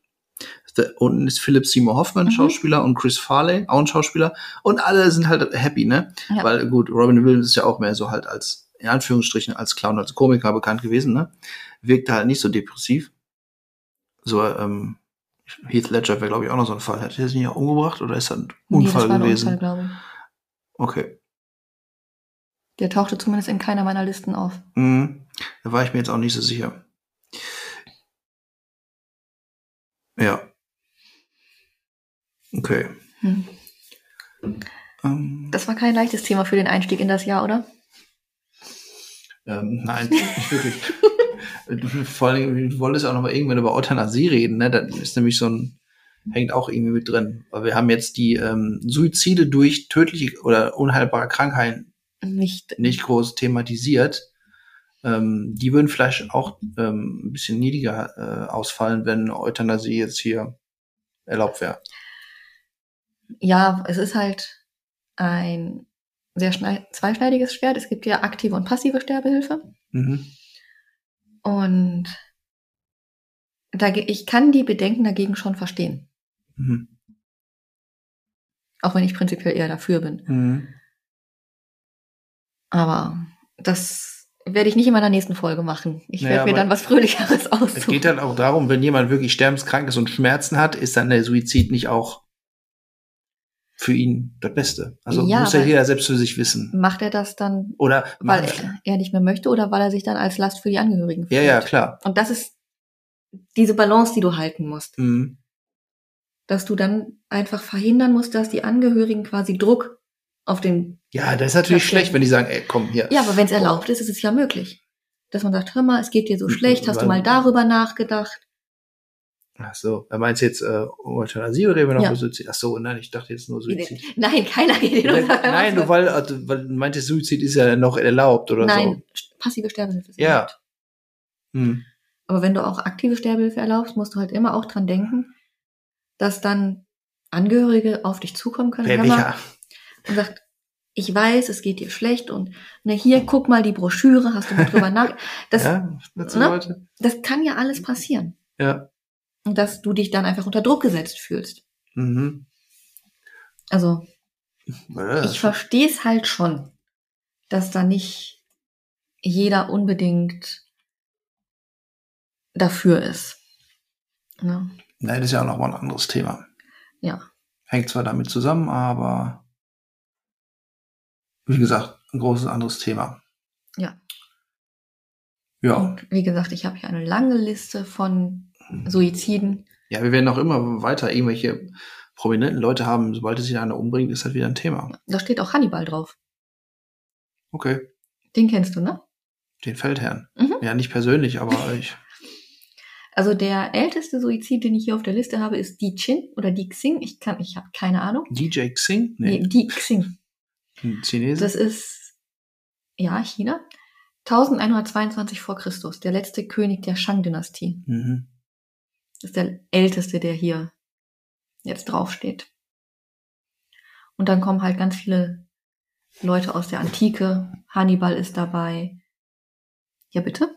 [SPEAKER 1] Da unten ist Philip Seymour Hoffman,
[SPEAKER 2] Mhm.
[SPEAKER 1] Schauspieler, und Chris Farley, auch ein Schauspieler. Und alle sind halt happy, ne?
[SPEAKER 2] Ja.
[SPEAKER 1] Weil gut, Robin Williams ist ja auch mehr so halt als, in Anführungsstrichen, als Clown, als Komiker bekannt gewesen, ne? Wirkte halt nicht so depressiv. So, ähm, Heath Ledger wäre, glaube ich, auch noch so ein Fall. Hat er sich nicht auch umgebracht oder ist das ein Unfall
[SPEAKER 2] das war ein
[SPEAKER 1] gewesen?
[SPEAKER 2] Unfall, glaube ich.
[SPEAKER 1] Okay.
[SPEAKER 2] Der tauchte zumindest in keiner meiner Listen auf.
[SPEAKER 1] Mhm. Da war ich mir jetzt auch nicht so sicher. Ja. Okay.
[SPEAKER 2] Hm.
[SPEAKER 1] Ähm,
[SPEAKER 2] Das war kein leichtes Thema für den Einstieg in das Jahr, oder?
[SPEAKER 1] ähm, nein, nicht wirklich. Vor allem, wir wollten es auch nochmal irgendwann über Euthanasie reden, ne? Das ist nämlich so ein, hängt auch irgendwie mit drin. Aber wir haben jetzt die ähm, Suizide durch tödliche oder unheilbare Krankheiten
[SPEAKER 2] Nicht.
[SPEAKER 1] nicht groß thematisiert. Ähm, die würden vielleicht auch ähm, ein bisschen niedriger äh, ausfallen, wenn Euthanasie jetzt hier erlaubt wäre.
[SPEAKER 2] Ja, es ist halt ein sehr schnei- zweischneidiges Schwert. Es gibt ja aktive und passive Sterbehilfe.
[SPEAKER 1] Mhm.
[SPEAKER 2] Und da, ge- ich kann die Bedenken dagegen schon verstehen.
[SPEAKER 1] Mhm.
[SPEAKER 2] Auch wenn ich prinzipiell eher dafür bin.
[SPEAKER 1] Mhm.
[SPEAKER 2] Aber das werde ich nicht in meiner nächsten Folge machen. Ich
[SPEAKER 1] Naja,
[SPEAKER 2] werde mir
[SPEAKER 1] aber
[SPEAKER 2] dann was Fröhlicheres
[SPEAKER 1] Es
[SPEAKER 2] aussuchen.
[SPEAKER 1] geht dann auch darum, wenn jemand wirklich sterbenskrank ist und Schmerzen hat, ist dann der Suizid nicht auch für ihn das Beste. Also
[SPEAKER 2] Ja,
[SPEAKER 1] muss ja
[SPEAKER 2] aber-
[SPEAKER 1] jeder selbst für sich wissen.
[SPEAKER 2] Macht er das dann,
[SPEAKER 1] Oder
[SPEAKER 2] weil
[SPEAKER 1] machen-
[SPEAKER 2] er- er nicht mehr möchte oder weil er sich dann als Last für die Angehörigen
[SPEAKER 1] ja,
[SPEAKER 2] fühlt?
[SPEAKER 1] ja, klar.
[SPEAKER 2] Und das ist diese Balance, die du halten musst.
[SPEAKER 1] Mhm.
[SPEAKER 2] Dass du dann einfach verhindern musst, dass die Angehörigen quasi Druck auf den...
[SPEAKER 1] Ja, das ist natürlich
[SPEAKER 2] Verstehe.
[SPEAKER 1] schlecht, wenn die sagen, ey, komm hier.
[SPEAKER 2] Ja, aber wenn es erlaubt ist, ist es ja möglich. Dass man sagt, hör mal, es geht dir so
[SPEAKER 1] Mhm,
[SPEAKER 2] schlecht, hast du
[SPEAKER 1] weil-
[SPEAKER 2] mal darüber nachgedacht?
[SPEAKER 1] Ach so, er meint jetzt äh, Euthanasie oder immer noch
[SPEAKER 2] Ja.
[SPEAKER 1] über Suizid? Ach so, nein, ich dachte jetzt nur Suizid.
[SPEAKER 2] Nein, keiner geht in
[SPEAKER 1] Nein,
[SPEAKER 2] unser
[SPEAKER 1] nein du, weil, äh, du- weil du meintest, Suizid ist ja noch erlaubt oder
[SPEAKER 2] Nein, st- passive Sterbehilfe ist
[SPEAKER 1] Ja.
[SPEAKER 2] erlaubt.
[SPEAKER 1] so. Hm.
[SPEAKER 2] Aber wenn du auch aktive Sterbehilfe erlaubst, musst du halt immer auch dran denken, dass dann Angehörige auf dich zukommen können
[SPEAKER 1] Wer,
[SPEAKER 2] Also Hör mal,
[SPEAKER 1] welcher?
[SPEAKER 2] und sagt, ich weiß, es geht dir schlecht und ne, hier, guck mal die Broschüre, hast du mal drüber nach. Das,
[SPEAKER 1] ja, dazu
[SPEAKER 2] ne?
[SPEAKER 1] Leute?
[SPEAKER 2] das kann ja alles passieren.
[SPEAKER 1] Ja.
[SPEAKER 2] Und dass du dich dann einfach unter Druck gesetzt fühlst.
[SPEAKER 1] Mhm. Äh,
[SPEAKER 2] Also,
[SPEAKER 1] Ja,
[SPEAKER 2] ich verstehe es halt schon, dass da nicht jeder unbedingt dafür ist. Ne?
[SPEAKER 1] Nein, das ist ja auch nochmal ein anderes Thema.
[SPEAKER 2] Ja.
[SPEAKER 1] Hängt zwar damit zusammen, aber wie gesagt, ein großes anderes Thema.
[SPEAKER 2] Ja.
[SPEAKER 1] Ja.
[SPEAKER 2] Und wie gesagt, ich habe hier eine lange Liste von Suiziden.
[SPEAKER 1] Ja, wir werden auch immer weiter irgendwelche prominenten Leute haben. Sobald es sich einer umbringt, ist halt wieder ein Thema.
[SPEAKER 2] Da steht auch Hannibal drauf.
[SPEAKER 1] Okay,
[SPEAKER 2] Den kennst du, ne?
[SPEAKER 1] den Feldherrn.
[SPEAKER 2] Mhm.
[SPEAKER 1] Ja, nicht persönlich, aber ich.
[SPEAKER 2] Also der älteste Suizid, den ich hier auf der Liste habe, ist Di Chin oder Di Xing. Ich kann, ich habe keine Ahnung.
[SPEAKER 1] DJ Xing?
[SPEAKER 2] Nee.
[SPEAKER 1] Nee,
[SPEAKER 2] Di Xing.
[SPEAKER 1] ein Chinese.
[SPEAKER 2] Das ist ja China. 1122 vor Christus, der letzte König der Shang-Dynastie.
[SPEAKER 1] Mhm.
[SPEAKER 2] Das ist der älteste, der hier jetzt draufsteht. Und dann kommen halt ganz viele Leute aus der Antike. Hannibal ist dabei. Ja, bitte.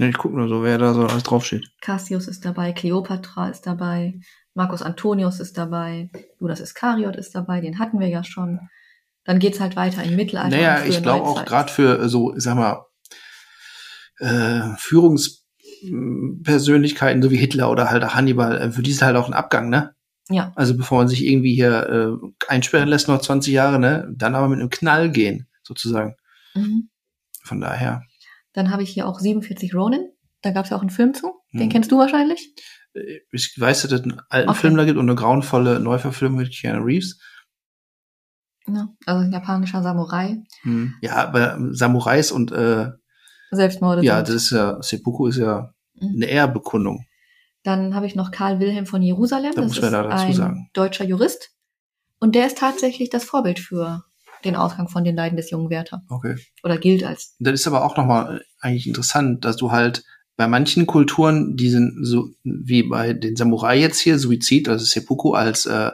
[SPEAKER 1] Nee, ich guck nur so, wer da so alles draufsteht.
[SPEAKER 2] Cassius ist dabei, Kleopatra ist dabei, Marcus Antonius ist dabei, Judas Iskariot ist dabei, den hatten wir ja schon. Dann geht's halt weiter im Mittelalter. und
[SPEAKER 1] naja,
[SPEAKER 2] frühe
[SPEAKER 1] ich glaube auch
[SPEAKER 2] Neuzeit.
[SPEAKER 1] gerade für äh, so, ich sag mal, äh, Führungspersönlichkeiten, so wie Hitler oder halt Hannibal, äh, für die ist halt auch ein Abgang, ne?
[SPEAKER 2] Ja.
[SPEAKER 1] Also bevor man sich irgendwie hier äh, einsperren lässt, noch 20 Jahre, ne? Dann aber mit einem Knall gehen, sozusagen.
[SPEAKER 2] Mhm.
[SPEAKER 1] Von daher.
[SPEAKER 2] Dann habe ich hier auch 47 Ronin. Da gab's ja auch einen Film zu. Den
[SPEAKER 1] Mhm.
[SPEAKER 2] kennst du wahrscheinlich.
[SPEAKER 1] äh, Ich weiß, dass es einen alten
[SPEAKER 2] Okay.
[SPEAKER 1] Film da gibt und eine grauenvolle Neuverfilmung mit Keanu Reeves.
[SPEAKER 2] Ja, also ein japanischer Samurai.
[SPEAKER 1] Hm. Ja, aber ähm, Samurais und äh,
[SPEAKER 2] Selbstmorde.
[SPEAKER 1] ja, das
[SPEAKER 2] sind.
[SPEAKER 1] ist ja, Seppuku ist ja
[SPEAKER 2] Mhm.
[SPEAKER 1] eine Ehrbekundung.
[SPEAKER 2] Dann habe ich noch Karl Wilhelm von Jerusalem.
[SPEAKER 1] Da
[SPEAKER 2] das
[SPEAKER 1] muss man
[SPEAKER 2] ist
[SPEAKER 1] da dazu
[SPEAKER 2] ein
[SPEAKER 1] sagen.
[SPEAKER 2] deutscher Jurist. Und der ist tatsächlich das Vorbild für den Ausgang von den Leiden des jungen Werther.
[SPEAKER 1] Okay.
[SPEAKER 2] Oder gilt als.
[SPEAKER 1] Das ist aber auch nochmal äh, eigentlich interessant, dass du halt bei manchen Kulturen diesen, so wie bei den Samurai jetzt hier, Suizid, also Seppuku, als, äh,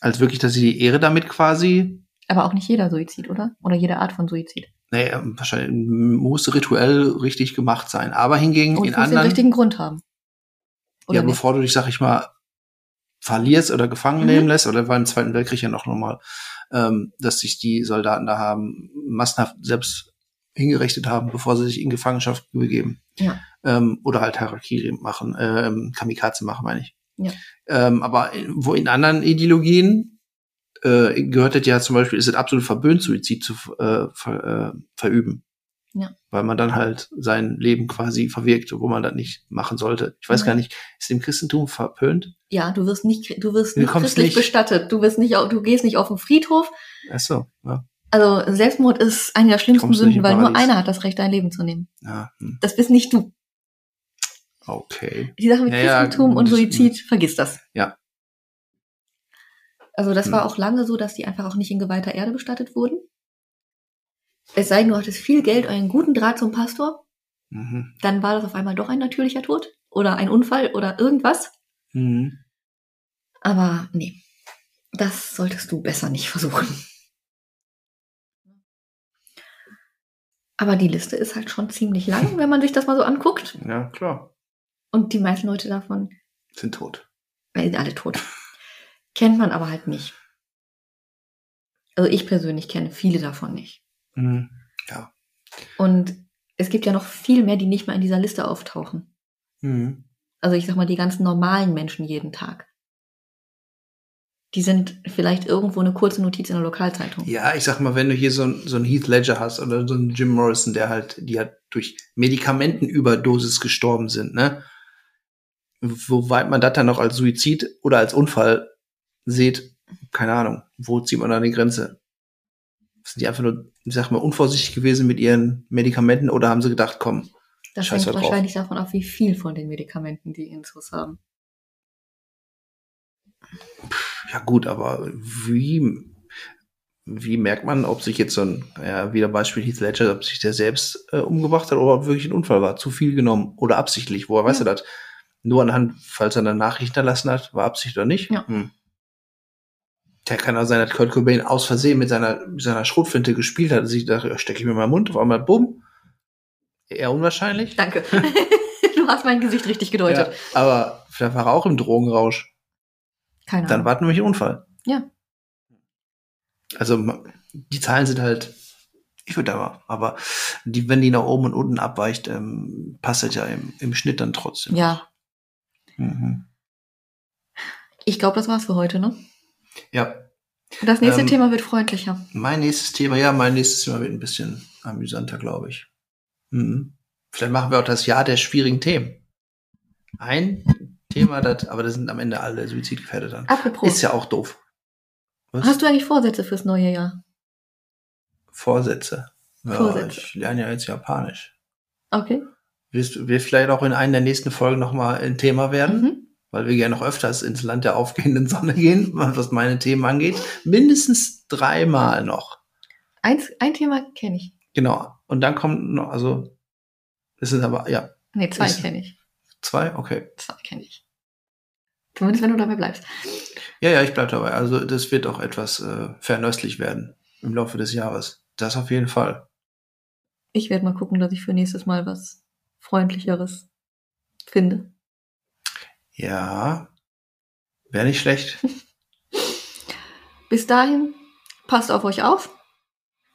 [SPEAKER 1] als wirklich, dass sie die Ehre damit quasi,
[SPEAKER 2] Aber auch nicht jeder Suizid, oder? Oder jede Art von Suizid.
[SPEAKER 1] naja, wahrscheinlich muss rituell richtig gemacht sein. Aber hingegen
[SPEAKER 2] Und
[SPEAKER 1] in
[SPEAKER 2] es Oh, muss den
[SPEAKER 1] anderen,
[SPEAKER 2] richtigen Grund haben. Oder
[SPEAKER 1] ja,
[SPEAKER 2] nicht?
[SPEAKER 1] bevor du dich, sag ich mal, verlierst oder gefangen
[SPEAKER 2] Mhm.
[SPEAKER 1] nehmen lässt, oder war im Zweiten Weltkrieg ja noch normal, ähm, dass sich die Soldaten da haben, massenhaft selbst hingerichtet haben, bevor sie sich in Gefangenschaft begeben.
[SPEAKER 2] Ja.
[SPEAKER 1] Ähm, oder halt Harakiri machen, ähm, Kamikaze machen, meine ich.
[SPEAKER 2] Ja.
[SPEAKER 1] Ähm, aber in- wo in anderen Ideologien äh, gehört das ja zum Beispiel, ist es absolut verböhnt, Suizid zu äh, ver, äh, verüben.
[SPEAKER 2] Ja.
[SPEAKER 1] Weil man dann halt sein Leben quasi verwirkt, wo man das nicht machen sollte. Ich weiß
[SPEAKER 2] Mhm.
[SPEAKER 1] gar nicht, ist im Christentum verpönt?
[SPEAKER 2] ja, du wirst nicht, du wirst
[SPEAKER 1] Du
[SPEAKER 2] nicht
[SPEAKER 1] kommst
[SPEAKER 2] christlich
[SPEAKER 1] nicht-
[SPEAKER 2] bestattet. Du wirst nicht, au- du gehst nicht auf den Friedhof.
[SPEAKER 1] Ach so, ja.
[SPEAKER 2] Also Selbstmord ist eine der schlimmsten
[SPEAKER 1] Kommst nicht
[SPEAKER 2] Sünden,
[SPEAKER 1] in
[SPEAKER 2] weil nur
[SPEAKER 1] Paradies.
[SPEAKER 2] einer hat das Recht, dein Leben zu nehmen.
[SPEAKER 1] ja. hm,
[SPEAKER 2] Das bist nicht du.
[SPEAKER 1] Okay.
[SPEAKER 2] Die Sache mit
[SPEAKER 1] Ja, ja,
[SPEAKER 2] Christentum und
[SPEAKER 1] das-
[SPEAKER 2] Suizid, vergiss das.
[SPEAKER 1] Ja.
[SPEAKER 2] Also das war
[SPEAKER 1] Hm.
[SPEAKER 2] auch lange so, dass die einfach auch nicht in geweihter Erde bestattet wurden. Es sei denn, du hattest viel Geld, einen guten Draht zum Pastor,
[SPEAKER 1] Mhm.
[SPEAKER 2] dann war das auf einmal doch ein natürlicher Tod oder ein Unfall oder irgendwas.
[SPEAKER 1] Mhm.
[SPEAKER 2] Aber nee, das solltest du besser nicht versuchen. Aber die Liste ist halt schon ziemlich lang, wenn man sich das mal so anguckt.
[SPEAKER 1] Ja, klar.
[SPEAKER 2] Und die meisten Leute davon
[SPEAKER 1] Sind tot.
[SPEAKER 2] äh, sind alle tot. Kennt man aber halt nicht. Also ich persönlich kenne viele davon nicht.
[SPEAKER 1] Mhm.
[SPEAKER 2] Und es gibt ja noch viel mehr, die nicht mal in dieser Liste auftauchen.
[SPEAKER 1] Mhm.
[SPEAKER 2] Also ich sag mal, die ganzen normalen Menschen jeden Tag. Die sind vielleicht irgendwo eine kurze Notiz in der Lokalzeitung.
[SPEAKER 1] Ja, ich sag mal, wenn du hier so, ein- so einen Heath Ledger hast oder so einen Jim Morrison, der halt, die halt durch Medikamentenüberdosis gestorben sind, ne? Woweit man das dann noch als Suizid oder als Unfall sieht, keine Ahnung. Wo zieht man da die Grenze? Sind die einfach nur, ich sag mal, unvorsichtig gewesen mit ihren Medikamenten oder haben sie gedacht, komm,
[SPEAKER 2] Das
[SPEAKER 1] Scheiß
[SPEAKER 2] hängt
[SPEAKER 1] da drauf.
[SPEAKER 2] wahrscheinlich davon ab, wie viel von den Medikamenten die Insos haben.
[SPEAKER 1] Ja gut, aber wie, wie merkt man, ob sich jetzt so ein, ja, wieder Beispiel Heath Ledger, ob sich der selbst äh, umgebracht hat oder ob wirklich ein Unfall war, zu viel genommen oder absichtlich, woher weißt
[SPEAKER 2] Ja.
[SPEAKER 1] du das? Nur anhand, falls er eine Nachricht hinterlassen hat, war Absicht oder nicht?
[SPEAKER 2] Ja.
[SPEAKER 1] Hm. Der kann auch sein, dass Kurt Cobain aus Versehen mit seiner, mit seiner Schrotflinte gespielt hat und sich dachte, stecke ich mir mal in den Mund, auf einmal bumm. Eher unwahrscheinlich.
[SPEAKER 2] Danke. du hast mein Gesicht richtig gedeutet.
[SPEAKER 1] Ja, aber vielleicht war er auch im Drogenrausch.
[SPEAKER 2] Keine
[SPEAKER 1] Dann
[SPEAKER 2] Ahnung.
[SPEAKER 1] war nämlich ein Unfall.
[SPEAKER 2] Genau. Ja.
[SPEAKER 1] Also ma- die Zahlen sind halt, ich würde da mal, aber die, wenn die nach oben und unten abweicht, ähm, passt das ja im, im Schnitt dann trotzdem.
[SPEAKER 2] Ja,
[SPEAKER 1] Mhm.
[SPEAKER 2] ich glaube, das war's für heute, ne?
[SPEAKER 1] ja,
[SPEAKER 2] Das nächste
[SPEAKER 1] Ähm,
[SPEAKER 2] Thema wird freundlicher.
[SPEAKER 1] mein nächstes Thema, ja, mein nächstes Thema wird ein bisschen amüsanter, glaube ich. Mhm. Vielleicht machen wir auch das Jahr der schwierigen Themen. Ein Thema, das, aber das sind am Ende alle Suizidgefährdet dann.
[SPEAKER 2] Apropos,
[SPEAKER 1] Ist ja auch doof. Was?
[SPEAKER 2] hast du eigentlich Vorsätze fürs neue Jahr?
[SPEAKER 1] Vorsätze. Ja,
[SPEAKER 2] Vorsätze.
[SPEAKER 1] ich lerne ja jetzt Japanisch.
[SPEAKER 2] Okay.
[SPEAKER 1] wirst, wird vielleicht auch in einer der nächsten Folgen nochmal ein Thema werden,
[SPEAKER 2] Mhm.
[SPEAKER 1] weil wir ja noch öfters ins Land der aufgehenden Sonne gehen, was meine Themen angeht. Mindestens dreimal noch.
[SPEAKER 2] Eins, ein Thema kenne ich.
[SPEAKER 1] Genau. Und dann kommt noch, also, es sind aber, ja,
[SPEAKER 2] Nee, zwei
[SPEAKER 1] Ist-
[SPEAKER 2] kenne ich.
[SPEAKER 1] zwei, okay.
[SPEAKER 2] Zwei kenne ich. Zumindest wenn du dabei bleibst.
[SPEAKER 1] Ja, ja, ich bleib dabei. Also, das wird auch etwas äh, fernöstlich werden im Laufe des Jahres. Das auf jeden Fall.
[SPEAKER 2] Ich werde mal gucken, dass ich für nächstes Mal was freundlicheres finde.
[SPEAKER 1] Ja. Wäre nicht schlecht.
[SPEAKER 2] Bis dahin, passt auf euch auf.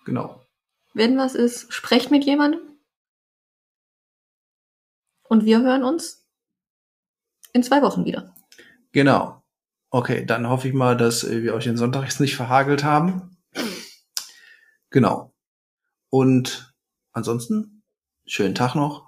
[SPEAKER 1] Genau.
[SPEAKER 2] Wenn was ist, sprecht mit jemandem. Und wir hören uns in zwei Wochen wieder.
[SPEAKER 1] Genau. Okay, dann hoffe ich mal, dass äh, wir euch den Sonntag jetzt nicht verhagelt haben. Genau. Und ansonsten, schönen Tag noch.